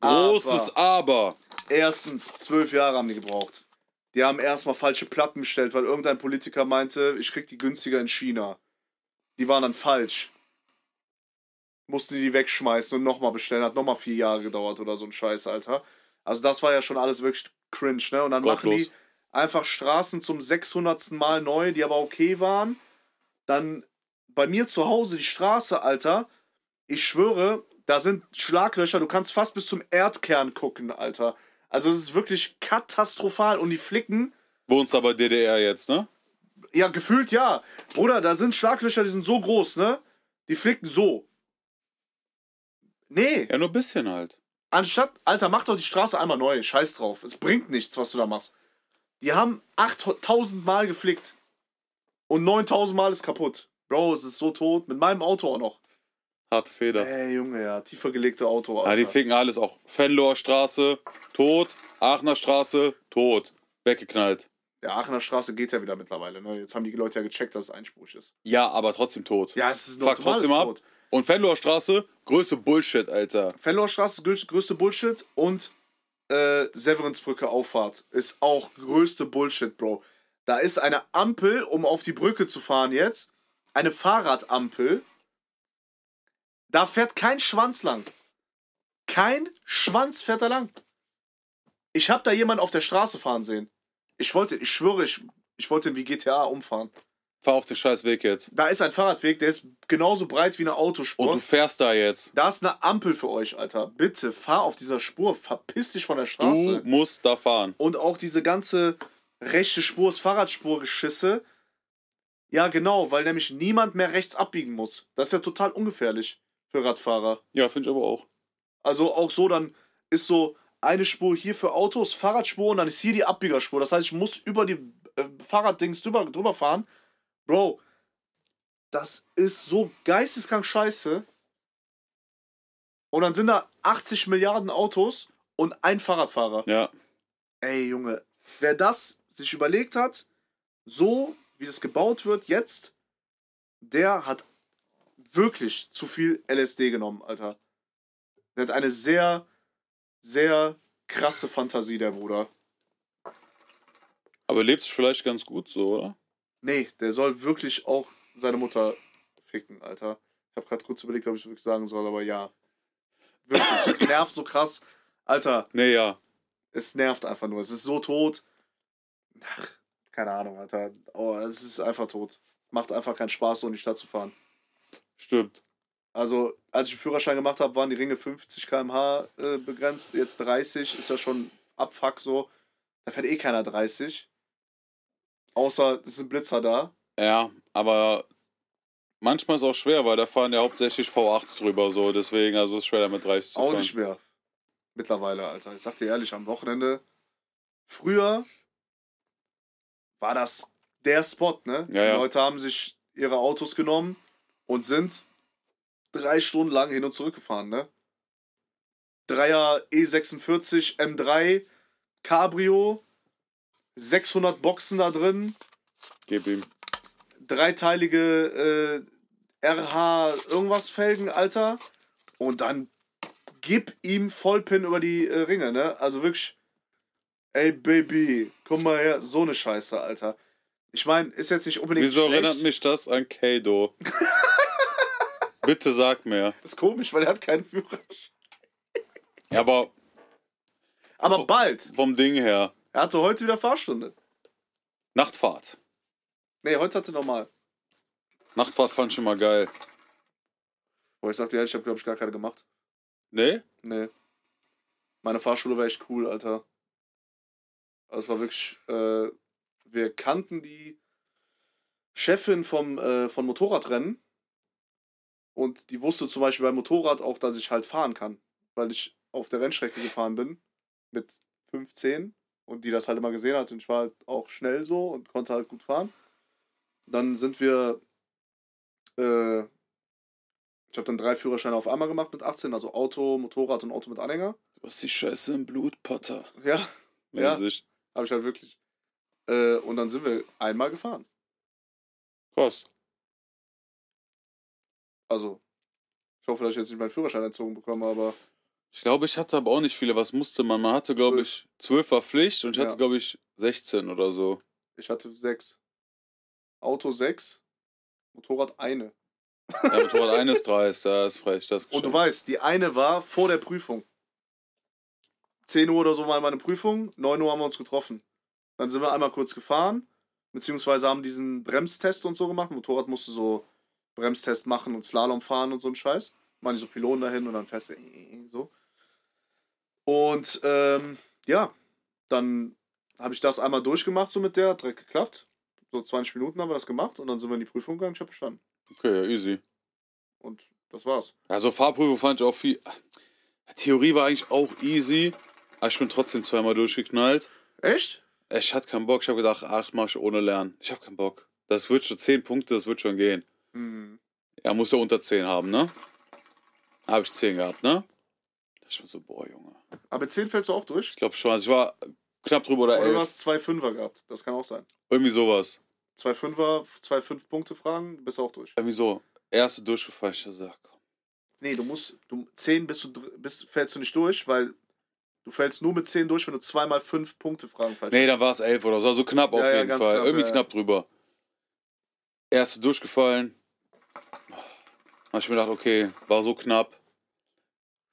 S4: Großes Aber.
S3: erstens, zwölf Jahre haben die gebraucht. Die haben erstmal falsche Platten bestellt, weil irgendein Politiker meinte, ich krieg die günstiger in China. Die waren dann falsch. Mussten die wegschmeißen und nochmal bestellen. Hat nochmal vier Jahre gedauert oder so ein Scheiß, Alter. Also das war ja schon alles wirklich cringe, ne? Und dann machen
S4: Gottlos.
S3: die einfach Straßen zum 600. Mal neu, die aber okay waren. Dann bei mir zu Hause die Straße, Alter. Ich schwöre, da sind Schlaglöcher, du kannst fast bis zum Erdkern gucken, Alter. Also es ist wirklich katastrophal und die flicken
S4: Wohnst aber DDR jetzt, ne?
S3: ja, gefühlt ja. Bruder, da sind Schlaglöcher, die sind so groß, ne? Die flicken so. Nee,
S4: Ja, nur ein bisschen halt.
S3: anstatt, Alter, mach doch die Straße einmal neu. Scheiß drauf. Es bringt nichts, was du da machst. Die haben 8000 Mal geflickt. Und 9000 Mal ist kaputt. Bro, es ist so tot. Mit meinem Auto auch noch.
S4: Harte Feder.
S3: Ey, Junge, ja. Tiefer gelegte Auto.
S4: Ja,
S3: Alter.
S4: Ah, die ficken alles auch. Fenloer Straße, tot. Aachener Straße, tot. Weggeknallt.
S3: ja, Aachener Straße geht ja wieder mittlerweile. Ne? Jetzt haben die Leute ja gecheckt, dass es einspurig ist.
S4: Ja, aber trotzdem tot.
S3: Ja, es ist ein
S4: Fuck
S3: totales
S4: trotzdem ab.
S3: Tod.
S4: Und Fenloer Straße, größte Bullshit, Alter.
S3: Fenlorstraße grö- größte Bullshit und äh, Severinsbrücke Auffahrt ist auch größte Bullshit, Bro. Da ist eine Ampel, um auf die Brücke zu fahren jetzt. Eine Fahrradampel. Da fährt kein Schwanz lang. Kein Schwanz fährt da lang. Ich hab da jemanden auf der Straße fahren sehen. Ich wollte, ich schwöre, ich, ich wollte ihn wie GTA umfahren.
S4: Fahr auf den scheiß Weg jetzt.
S3: Da ist ein Fahrradweg, der ist genauso breit wie eine
S4: Und
S3: Autospur.
S4: Oh, du fährst da jetzt.
S3: Da ist eine Ampel für euch, Alter. Bitte fahr auf dieser Spur, verpiss dich von der
S4: Du
S3: Straße.
S4: musst da fahren.
S3: Und auch diese ganze rechte Spur ist Fahrradspurgeschisse. Ja, genau, weil nämlich niemand mehr rechts abbiegen muss. Das ist ja total ungefährlich für Radfahrer.
S4: Ja, finde ich aber auch.
S3: Also auch so, dann ist so eine Spur hier für Autos, Fahrradspur und dann ist hier die Abbiegerspur. Das heißt, ich muss über die äh, Fahrraddings drüber, drüber fahren. Bro, das ist so geisteskrank scheiße. Und dann sind da 80 Milliarden Autos und ein Fahrradfahrer.
S4: Ja.
S3: Ey, Junge, wer das sich überlegt hat, so wie das gebaut wird jetzt, der hat wirklich zu viel LSD genommen, Alter. Der hat eine sehr, sehr krasse Fantasie, der Bruder.
S4: Aber lebst vielleicht ganz gut so, oder?
S3: Nee, der soll wirklich auch seine Mutter ficken, Alter. Ich habe gerade kurz überlegt, ob ich wirklich sagen soll, aber ja. Wirklich, das nervt so krass. Alter,
S4: Nee, ja.
S3: es nervt einfach nur. Es ist so tot. Ach, keine Ahnung, Alter. Oh, es ist einfach tot. Macht einfach keinen Spaß, so in die Stadt zu fahren.
S4: Stimmt.
S3: Also, als ich den Führerschein gemacht habe, waren die Ringe 50 km/h äh, begrenzt. Jetzt 30 ist ja schon abfuck so. Da fährt eh keiner 30. Außer es ist ein Blitzer da.
S4: Ja, aber manchmal ist auch schwer, weil da fahren ja hauptsächlich V8s drüber so. Deswegen, also ist schwer damit 30 zu
S3: Auch
S4: fahren.
S3: nicht mehr. Mittlerweile, Alter. Ich sag dir ehrlich, am Wochenende. Früher war das der Spot, ne?
S4: Ja, ja.
S3: Die Leute haben sich ihre Autos genommen und sind drei Stunden lang hin und zurück gefahren, ne? E Dreier E46 M3 Cabrio 600 Boxen da drin,
S4: Gib ihm.
S3: dreiteilige äh, RH irgendwas Felgen, Alter. Und dann gib ihm Vollpin über die äh, Ringe, ne? Also wirklich, ey Baby, komm mal her, so eine Scheiße, Alter. Ich meine, ist jetzt nicht unbedingt
S4: Wieso
S3: schlecht.
S4: erinnert mich das an Kado? Bitte sag mir.
S3: Ist komisch, weil er hat keinen Führer.
S4: Ja, aber
S3: Aber
S4: Oh.
S3: bald.
S4: vom Ding her,
S3: Er hatte heute wieder Fahrstunde.
S4: Nachtfahrt.
S3: Nee, heute hatte er normal.
S4: Nachtfahrt fand ich immer geil.
S3: Wo ich sagte, ja, ich habe glaube ich gar keine gemacht.
S4: Nee?
S3: Nee. Meine Fahrschule war echt cool, Alter. Also es war wirklich, äh, wir kannten die Chefin vom, äh, von Motorradrennen. Und die wusste zum Beispiel beim Motorrad auch, dass ich halt fahren kann. Weil ich auf der Rennstrecke gefahren bin. Mit 15. Und die das halt immer gesehen hat. Und ich war halt auch schnell so und konnte halt gut fahren. Dann sind wir, äh, ich habe dann drei Führerscheine auf einmal gemacht mit 18, also Auto, Motorrad und Auto mit Anhänger.
S4: Du hast die Scheiße im Blut, Potter.
S3: Ja, Ja.
S4: Mäßig.
S3: habe ich halt wirklich. Äh, und dann sind wir einmal gefahren.
S4: Krass.
S3: Also, ich hoffe, dass ich jetzt nicht meinen Führerschein entzogen bekomme, aber
S4: Ich glaube, ich hatte aber auch nicht viele. Was musste man? Man hatte, glaube ich, 12 war Pflicht und ich
S3: Ja.
S4: hatte, glaube ich, 16 oder so.
S3: ich hatte sechs. Auto sechs, Motorrad eine.
S4: Ja, Motorrad 1 ist 3, da ist frech. Das ist
S3: Und du
S4: geschenkt.
S3: weißt, die eine war vor der Prüfung. 10 Uhr oder so war meine Prüfung, 9 Uhr haben wir uns getroffen. Dann sind wir einmal kurz gefahren, beziehungsweise haben diesen Bremstest und so gemacht. Motorrad musste so Bremstest machen und Slalom fahren und so ein Scheiß. Machen die so Pylonen dahin und dann fährst du so. Und ähm, ja, dann habe ich das einmal durchgemacht, so mit der, hat direkt geklappt. So 20 Minuten haben wir das gemacht und dann sind wir in die Prüfung gegangen, ich habe bestanden.
S4: Okay, ja, easy.
S3: Und das war's.
S4: Also Fahrprüfung fand ich auch viel. Theorie war eigentlich auch easy, aber ich bin trotzdem zweimal durchgeknallt.
S3: Echt?
S4: Ich hatte keinen Bock. Ich habe gedacht, ach, mach ich ohne Lernen. Ich habe keinen Bock. Das wird schon 10 Punkte, das wird schon gehen.
S3: Hm.
S4: Er muss ja unter 10 haben, ne? Habe ich 10 gehabt, ne? Da ich mir so, boah, Junge.
S3: Aber 10 fällst du auch durch?
S4: Ich glaube schon, also ich war knapp drüber oder
S3: Oder du
S4: 11.
S3: hast zwei Fünfer gehabt. Das kann auch sein.
S4: Irgendwie sowas.
S3: Zwei Fünfer, zwei Fünf-Punkte-Fragen, bist du auch durch.
S4: Irgendwie so. Erste durchgefallen. Ich dachte, ach, komm.
S3: Nee, du musst, du, zehn bist du, dr- bist, fällst du nicht durch, weil du fällst nur mit zehn durch, wenn du zweimal Fünf-Punkte-Fragen falsch
S4: Nee, dann war es 11 oder so. Also knapp auf
S3: Ja, ja,
S4: jeden
S3: ganz
S4: Fall.
S3: knapp,
S4: Irgendwie
S3: ja, ja.
S4: knapp drüber. Erste durchgefallen. Hab ich mir gedacht, okay, war so knapp.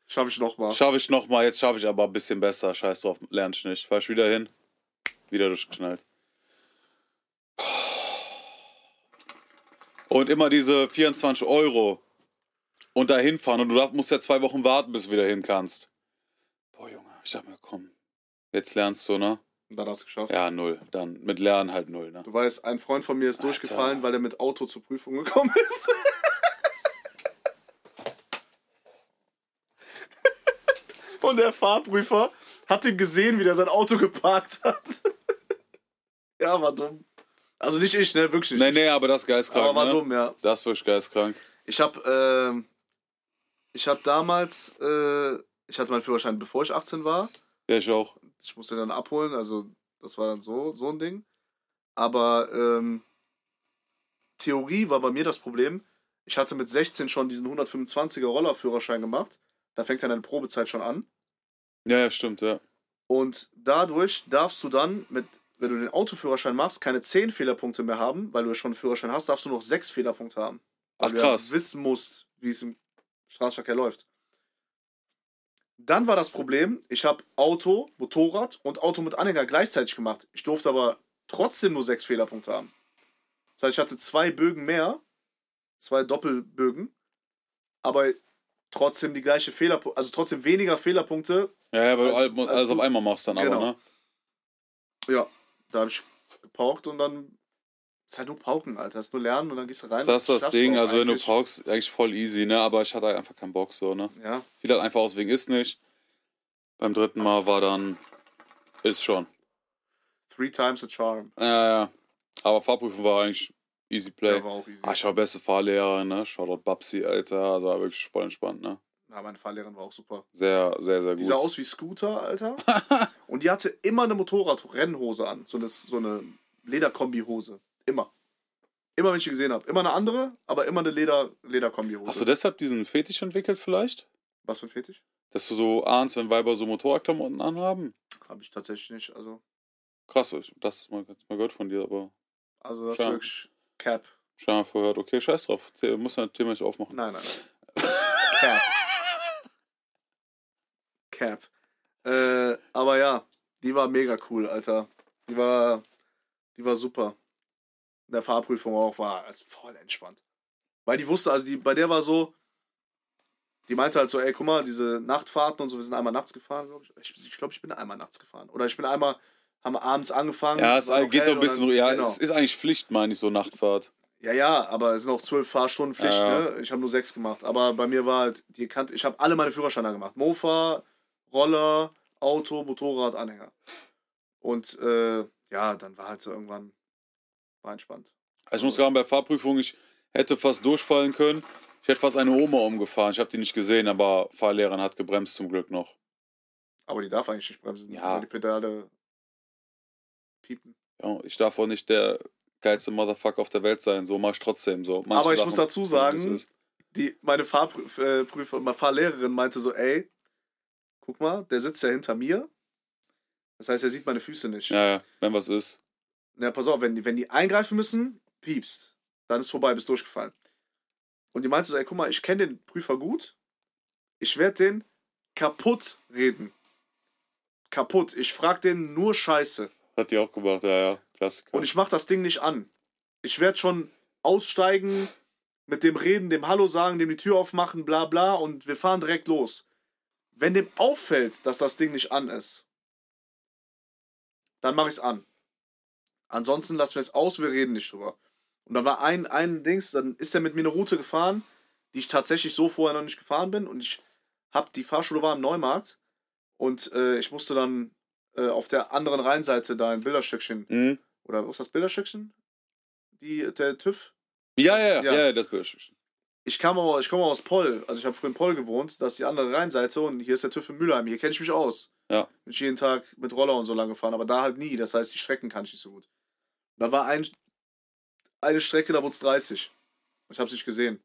S3: Schaffe ich nochmal.
S4: Schaffe ich nochmal, jetzt schaffe ich aber ein bisschen besser. Scheiß drauf, lerne ich nicht. Fahr ich wieder hin. Wieder durchgeknallt. Und immer diese 24 Euro und da hinfahren. Und du darf- musst ja zwei Wochen warten, bis du wieder hin kannst. Boah, Junge, ich dachte mir, komm, jetzt lernst du, ne?
S3: Und dann hast du es geschafft.
S4: Ja, null. Dann mit Lernen halt null, ne?
S3: Du weißt, ein Freund von mir ist durchgefallen, weil er mit Auto zur Prüfung gekommen ist. Und der Fahrprüfer hat ihn gesehen, wie der sein Auto geparkt hat. ja, war dumm. Also nicht ich, ne? Wirklich nicht.
S4: Nee, nee, aber das ist geistkrank.
S3: Aber war
S4: ne?
S3: dumm, ja.
S4: Das ist wirklich geistkrank.
S3: Ich habe ähm, ich habe damals, äh, ich hatte meinen Führerschein, bevor ich 18 war.
S4: Ja, ich auch.
S3: Ich musste ihn dann abholen, also das war dann so, so ein Ding. Aber ähm, Theorie war bei mir das Problem. Ich hatte mit 16 schon diesen 125er Rollerführerschein gemacht. Da fängt dann deine Probezeit schon an.
S4: Ja, ja, stimmt, ja.
S3: Und dadurch darfst du dann, mit, wenn du den Autoführerschein machst, keine 10 Fehlerpunkte mehr haben, weil du ja schon einen Führerschein hast, darfst du noch 6 Fehlerpunkte haben. Weil
S4: Ach,
S3: du ja
S4: krass.
S3: wissen musst, wie es im Straßenverkehr läuft. Dann war das Problem, ich habe Auto, Motorrad und Auto mit Anhänger gleichzeitig gemacht. Ich durfte aber trotzdem nur 6 Fehlerpunkte haben. Das heißt, ich hatte zwei Bögen mehr, zwei Doppelbögen, aber trotzdem die gleiche Fehlerpunkte, also trotzdem weniger Fehlerpunkte
S4: Ja, ja, weil du all-
S3: Als- als
S4: alles auf
S3: du-
S4: einmal machst dann
S3: Genau.
S4: aber, ne?
S3: Ja, da habe ich gepaukt und dann ist halt nur Pauken, Alter. Ist nur Lernen und dann gehst du rein.
S4: Das
S3: und
S4: ist das
S3: schaffst
S4: Ding,
S3: auch
S4: also wenn du
S3: eigentlich.
S4: brauchst, eigentlich voll easy, ne? Aber ich hatte halt einfach keinen Bock so, ne?
S3: Ja,
S4: Fiel halt einfach aus wegen ist nicht. Beim dritten Mal war dann ist schon.
S3: three times a charm.
S4: Ja, ja. Aber Fahrprüfung war eigentlich easy play.
S3: Ja, war auch easy.
S4: ah, ich war beste Fahrlehrer, ne? Shoutout Babsi, Alter. Also war wirklich voll entspannt, ne?
S3: Na, meine Fahrlehrerin war auch super.
S4: Sehr, sehr, sehr gut.
S3: Die sah aus wie Scooter, Alter. Und die hatte immer eine Motorradrennhose an. So eine, so eine Lederkombihose. Immer. Immer, wenn ich die gesehen habe. Immer eine andere, aber immer eine Leder, Lederkombihose.
S4: Hast du deshalb diesen Fetisch entwickelt vielleicht?
S3: Was für ein Fetisch?
S4: Dass du so ahnst, wenn Weiber so Motorradklamotten anhaben?
S3: Habe ich tatsächlich nicht. Also,
S4: Krass, ich- das mal, das mal gehört von dir, aber
S3: also das
S4: Schade.
S3: ist wirklich Cap.
S4: scheinbar vorher gehört, okay, scheiß drauf. The- Muss ja ein Thema nicht aufmachen.
S3: Nein, nein, nein. Cap. Cap. Äh, aber ja, die war mega cool, Alter. Die war, die war super. In der Fahrprüfung auch war also voll entspannt. Weil die wusste, also die, bei der war so, die meinte halt so, ey, guck mal, diese Nachtfahrten und so, wir sind einmal nachts gefahren, glaube ich. Ich, ich glaube, ich bin einmal nachts gefahren. Oder ich bin einmal, haben abends angefangen.
S4: Ja, es
S3: war noch
S4: geht
S3: hell
S4: so ein
S3: und
S4: bisschen,
S3: dann-
S4: ja,
S3: genau.
S4: es ist eigentlich Pflicht, meine ich, so Nachtfahrt.
S3: Ja, ja, aber es sind auch zwölf Fahrstunden Pflicht,
S4: Ja, ja.
S3: ne? Ich habe nur sechs gemacht. Aber bei mir war halt, die kannte, ich habe alle meine Führerscheine gemacht. Mofa, Roller, Auto, Motorrad, Anhänger. Und äh, ja, dann war halt so irgendwann war entspannt.
S4: Also ich muss sagen, bei Fahrprüfung, ich hätte fast durchfallen können. Ich hätte fast eine Oma umgefahren. Ich habe die nicht gesehen, aber Fahrlehrerin hat gebremst zum Glück noch.
S3: Aber die darf eigentlich nicht bremsen,
S4: Ja.
S3: weil die Pedale piepen.
S4: Ja, ich darf auch nicht der geilste Motherfucker auf der Welt sein. So mach ich trotzdem so. Manche
S3: Aber ich muss dazu sagen,
S4: das ist-
S3: Die, meine Fahrprüfer, äh, Prüfer- meine Fahrlehrerin meinte so, ey, guck mal, der sitzt ja hinter mir. Das heißt, er sieht meine Füße nicht.
S4: ja, ja, wenn was ist.
S3: Na, pass auf, wenn die, wenn die eingreifen müssen, piepst. Dann ist vorbei, bist durchgefallen. Und die meinte so, ey, guck mal, ich kenne den Prüfer gut. Ich werde den kaputt reden. Kaputt. Ich frag den nur Scheiße.
S4: Hat die auch gemacht, ja, ja. Klassiker.
S3: Und ich mach das Ding nicht an. Ich werde schon aussteigen, mit dem reden, dem Hallo sagen, dem die Tür aufmachen, bla bla. Und wir fahren direkt los. Wenn dem auffällt, dass das Ding nicht an ist, dann mache ich es an. Ansonsten lassen wir es aus, wir reden nicht drüber. Und da war ein, ein Dings, dann ist er mit mir eine Route gefahren, die ich tatsächlich so vorher noch nicht gefahren bin. Und ich hab, die Fahrschule war im Neumarkt und äh, ich musste dann äh, auf der anderen Rheinseite da ein Bilderstöckchen
S4: Mhm.
S3: oder was ist das Bilderstückchen? Die, der TÜV?
S4: ja, ja, ja,
S3: Ja.
S4: ja, das bin ich.
S3: Ich kam aber, ich komme aus Poll, also ich habe früher in Poll gewohnt, das ist die andere Rheinseite und hier ist der TÜV in Mülheim, hier kenne ich mich aus.
S4: Ja.
S3: Bin ich jeden Tag mit Roller und so lang gefahren, aber da halt nie, das heißt, die Strecken kann ich nicht so gut. Da war ein, eine Strecke, da wurde es 30. Und ich habe es nicht gesehen.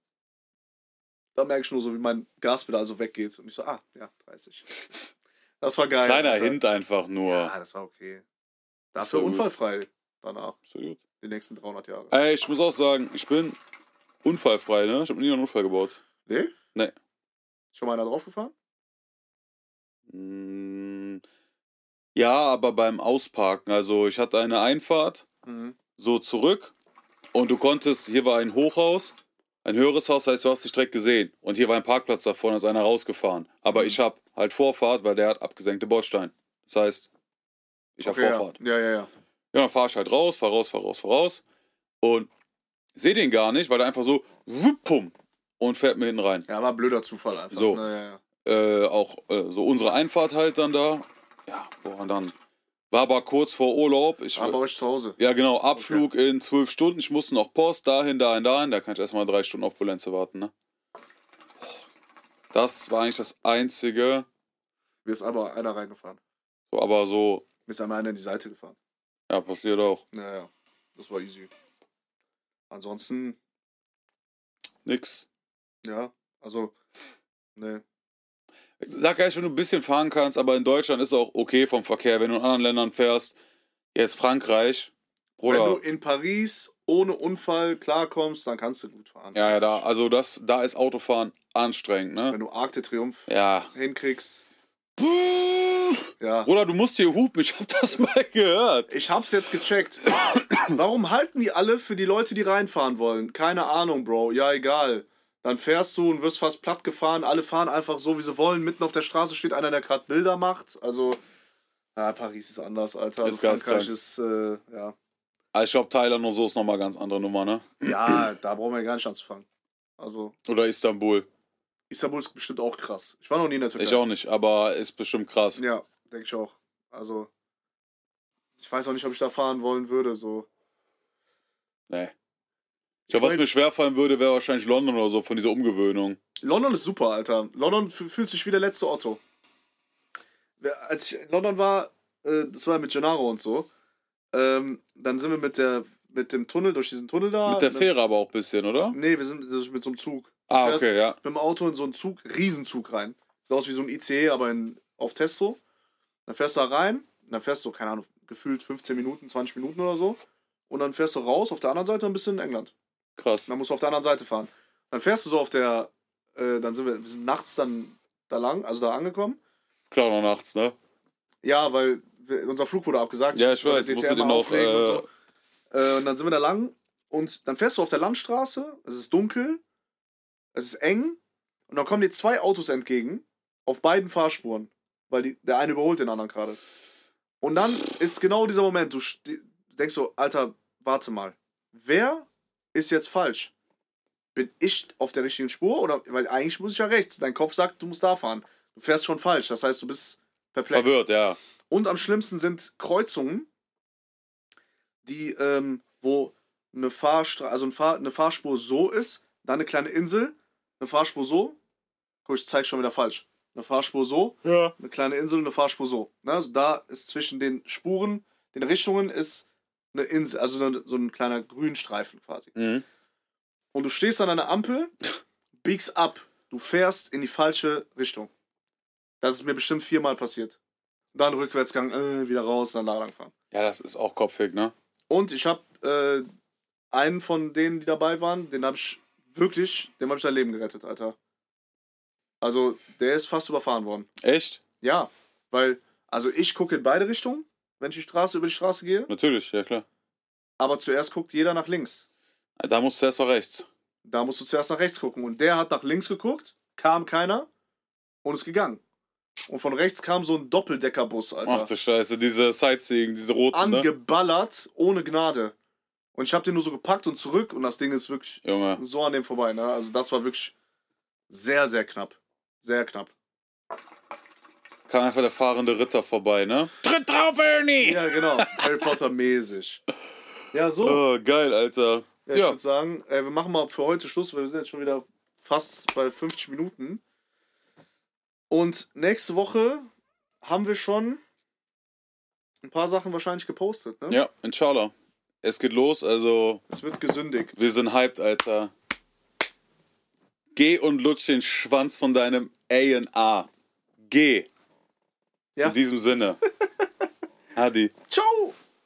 S3: Da merke ich nur so, wie mein Gaspedal so weggeht. Und ich so, ah, ja, 30. Das war geil.
S4: Kleiner
S3: Alter.
S4: Hint einfach nur.
S3: Ja, das war okay.
S4: war
S3: Dafür
S4: gut.
S3: unfallfrei danach,
S4: So gut.
S3: die nächsten 300 Jahre.
S4: Ey, ich muss auch sagen, ich bin unfallfrei, ne? Ich habe nie einen Unfall gebaut.
S3: Nee?
S4: Nee.
S3: Schon mal einer draufgefahren?
S4: Mm, Ja, aber beim Ausparken. Also ich hatte eine Einfahrt,
S3: Mhm.
S4: so zurück und du konntest, hier war ein Hochhaus, ein höheres Haus, heißt, du hast dich direkt gesehen. Und hier war ein Parkplatz da vorne, ist einer rausgefahren. Aber
S3: Mhm.
S4: ich habe halt Vorfahrt, weil der hat abgesenkte Bordstein. Das heißt, ich habe
S3: Okay,
S4: Vorfahrt.
S3: Ja, ja, ja.
S4: Ja, dann fahre ich halt raus, fahr raus, fahr raus, fahr raus. Und sehe den gar nicht, weil der einfach so wupp, pum, und fährt mir hinten rein.
S3: Ja, war ein blöder Zufall einfach.
S4: So.
S3: Na, ja, ja.
S4: Äh, auch äh, so unsere Einfahrt halt dann da. Ja, boah, und dann war aber kurz vor Urlaub. Ich,
S3: War bei euch zu Hause.
S4: Ja, genau. Abflug in zwölf Stunden. Ich muss noch Post dahin, dahin, dahin. Da kann ich erstmal drei Stunden auf Bulenze warten. Ne? Das war eigentlich das Einzige.
S3: Mir ist aber einer reingefahren.
S4: So, aber so,
S3: Mir ist einmal einer in die Seite gefahren.
S4: ja, passiert auch
S3: Ja, ja. Das war easy. Ansonsten,
S4: nix.
S3: ja, also, ne.
S4: Ich Sag ehrlich, wenn du ein bisschen fahren kannst, aber in Deutschland ist auch okay vom Verkehr. Wenn du in anderen Ländern fährst, jetzt Frankreich,
S3: Wenn du
S4: Bruder.
S3: in Paris ohne Unfall klarkommst, dann kannst du gut fahren.
S4: Ja, ja, da, also das, da ist Autofahren anstrengend, ne?
S3: Wenn du Arc de Triumph
S4: Ja.
S3: hinkriegst,
S4: Puh.
S3: ja.
S4: Bruder, du musst hier hupen, ich hab das mal gehört.
S3: Ich hab's jetzt gecheckt. Warum halten die alle für die Leute, die reinfahren wollen? Keine Ahnung, Bro. Ja, egal. Dann fährst du und wirst fast platt gefahren. Alle fahren einfach so, wie sie wollen. Mitten auf der Straße steht einer, der gerade Bilder macht. Also, ja, Paris ist anders, Alter. Also
S4: Ist ganz
S3: Frankreich
S4: krank.
S3: ist, äh, ja.
S4: Also ich glaube, Thailand und so ist nochmal ganz andere Nummer, ne?
S3: Ja, da brauchen wir gar nicht anzufangen. Also,
S4: Oder Istanbul.
S3: Istanbul ist bestimmt auch krass. Ich war noch nie in der Türkei.
S4: Ich auch nicht, aber ist bestimmt krass.
S3: Ja, denke ich auch. Also, ich weiß auch nicht, ob ich da fahren wollen würde, so.
S4: Nee. Ich glaube, was mir schwerfallen würde, wäre wahrscheinlich London oder so von dieser Umgewöhnung.
S3: London ist super, Alter. London fü- fühlt sich wie der letzte Otto. Wer- Als ich in London war, äh, das war mit Gennaro und so, ähm, dann sind wir mit der mit dem Tunnel, durch diesen Tunnel da.
S4: Mit der
S3: ne?
S4: Fähre aber auch ein bisschen, oder?
S3: Nee, wir sind das ist mit so einem Zug. Du
S4: Ah,
S3: fährst
S4: okay, ja.
S3: Mit dem Auto in so einen Zug, Riesenzug rein. Sieht aus wie so ein ICE, aber in, auf Testo. Dann fährst du da rein, dann fährst du, keine Ahnung, gefühlt 15 Minuten, 20 Minuten oder so. Und dann fährst du raus, auf der anderen Seite ein bisschen in England.
S4: Krass.
S3: Dann musst du auf der anderen Seite fahren. Dann fährst du so auf der, äh, dann sind wir, wir sind nachts dann da lang, also da angekommen.
S4: Klar, noch nachts, ne?
S3: Ja, weil wir, unser Flug wurde abgesagt.
S4: Ja, ich
S3: Weil
S4: weiß,
S3: der
S4: musste
S3: DTM
S4: den auch.
S3: auflegen und so.
S4: Äh,
S3: Äh, und dann sind wir da lang und dann fährst du auf der Landstraße, es ist dunkel, es ist eng und dann kommen dir zwei Autos entgegen auf beiden Fahrspuren, weil die, der eine überholt den anderen gerade. Und dann ist genau dieser Moment, du ste- denkst so, Alter, warte mal, wer ist jetzt falsch? Bin ich auf der richtigen Spur oder weil eigentlich muss ich ja rechts. Dein Kopf sagt, du musst da fahren. Du fährst schon falsch, das heißt, du bist perplex.
S4: verwirrt, ja.
S3: Und am schlimmsten sind Kreuzungen, die, ähm, wo eine, Fahrstra also ein Fahr eine Fahrspur so ist, dann eine kleine Insel, eine Fahrspur so. Guck, ich zeig's schon wieder falsch. Eine Fahrspur so,
S4: Ja.
S3: eine kleine Insel, eine Fahrspur so. Ne? Also da ist zwischen den Spuren, den Richtungen ist eine Insel, also eine, so ein kleiner Grünstreifen quasi.
S4: Mhm.
S3: Und du stehst an einer Ampel, biegst ab, du fährst in die falsche Richtung. Das ist mir bestimmt viermal passiert. Dann Rückwärtsgang, äh, wieder raus, dann da lang fahren.
S4: Ja, das ist auch kopfig, ne?
S3: Und ich habe äh, einen von denen, die dabei waren, den habe ich wirklich, dem habe ich sein Leben gerettet, Alter. Also, der ist fast überfahren worden.
S4: Echt?
S3: Ja, weil, also ich gucke in beide Richtungen, wenn ich die Straße über die Straße gehe,
S4: Natürlich, ja klar.
S3: aber zuerst guckt jeder nach links.
S4: Da musst du erst nach rechts.
S3: Da musst du zuerst nach rechts gucken. Und der hat nach links geguckt, kam keiner und ist gegangen. Und von rechts kam so ein Doppeldeckerbus,
S4: Ach
S3: Alter.
S4: du Scheiße, diese Sightseeing, diese roten, ne?
S3: Angeballert, ohne Gnade. Und ich hab den nur so gepackt und zurück und das Ding ist wirklich
S4: Junge.
S3: so an dem vorbei. Ne? Also das war wirklich sehr, sehr knapp. Sehr knapp.
S4: Kam einfach der fahrende Ritter vorbei, ne? Tritt drauf, Ernie!
S3: Ja, genau. Harry Potter mäßig. Ja, so.
S4: Oh, geil, Alter.
S3: Ja,
S4: Ja,
S3: ich würde sagen, äh, wir machen mal für heute Schluss, weil wir sind jetzt schon wieder fast bei 50 Minuten. Und nächste Woche haben wir schon ein paar Sachen wahrscheinlich gepostet. Ne?
S4: ja, inshallah. Es geht los, also
S3: Es wird gesündigt.
S4: wir sind hyped, Alter. Geh und lutsch den Schwanz von deinem A&A. Geh.
S3: Ja.
S4: In diesem Sinne. Hadi.
S3: Ciao!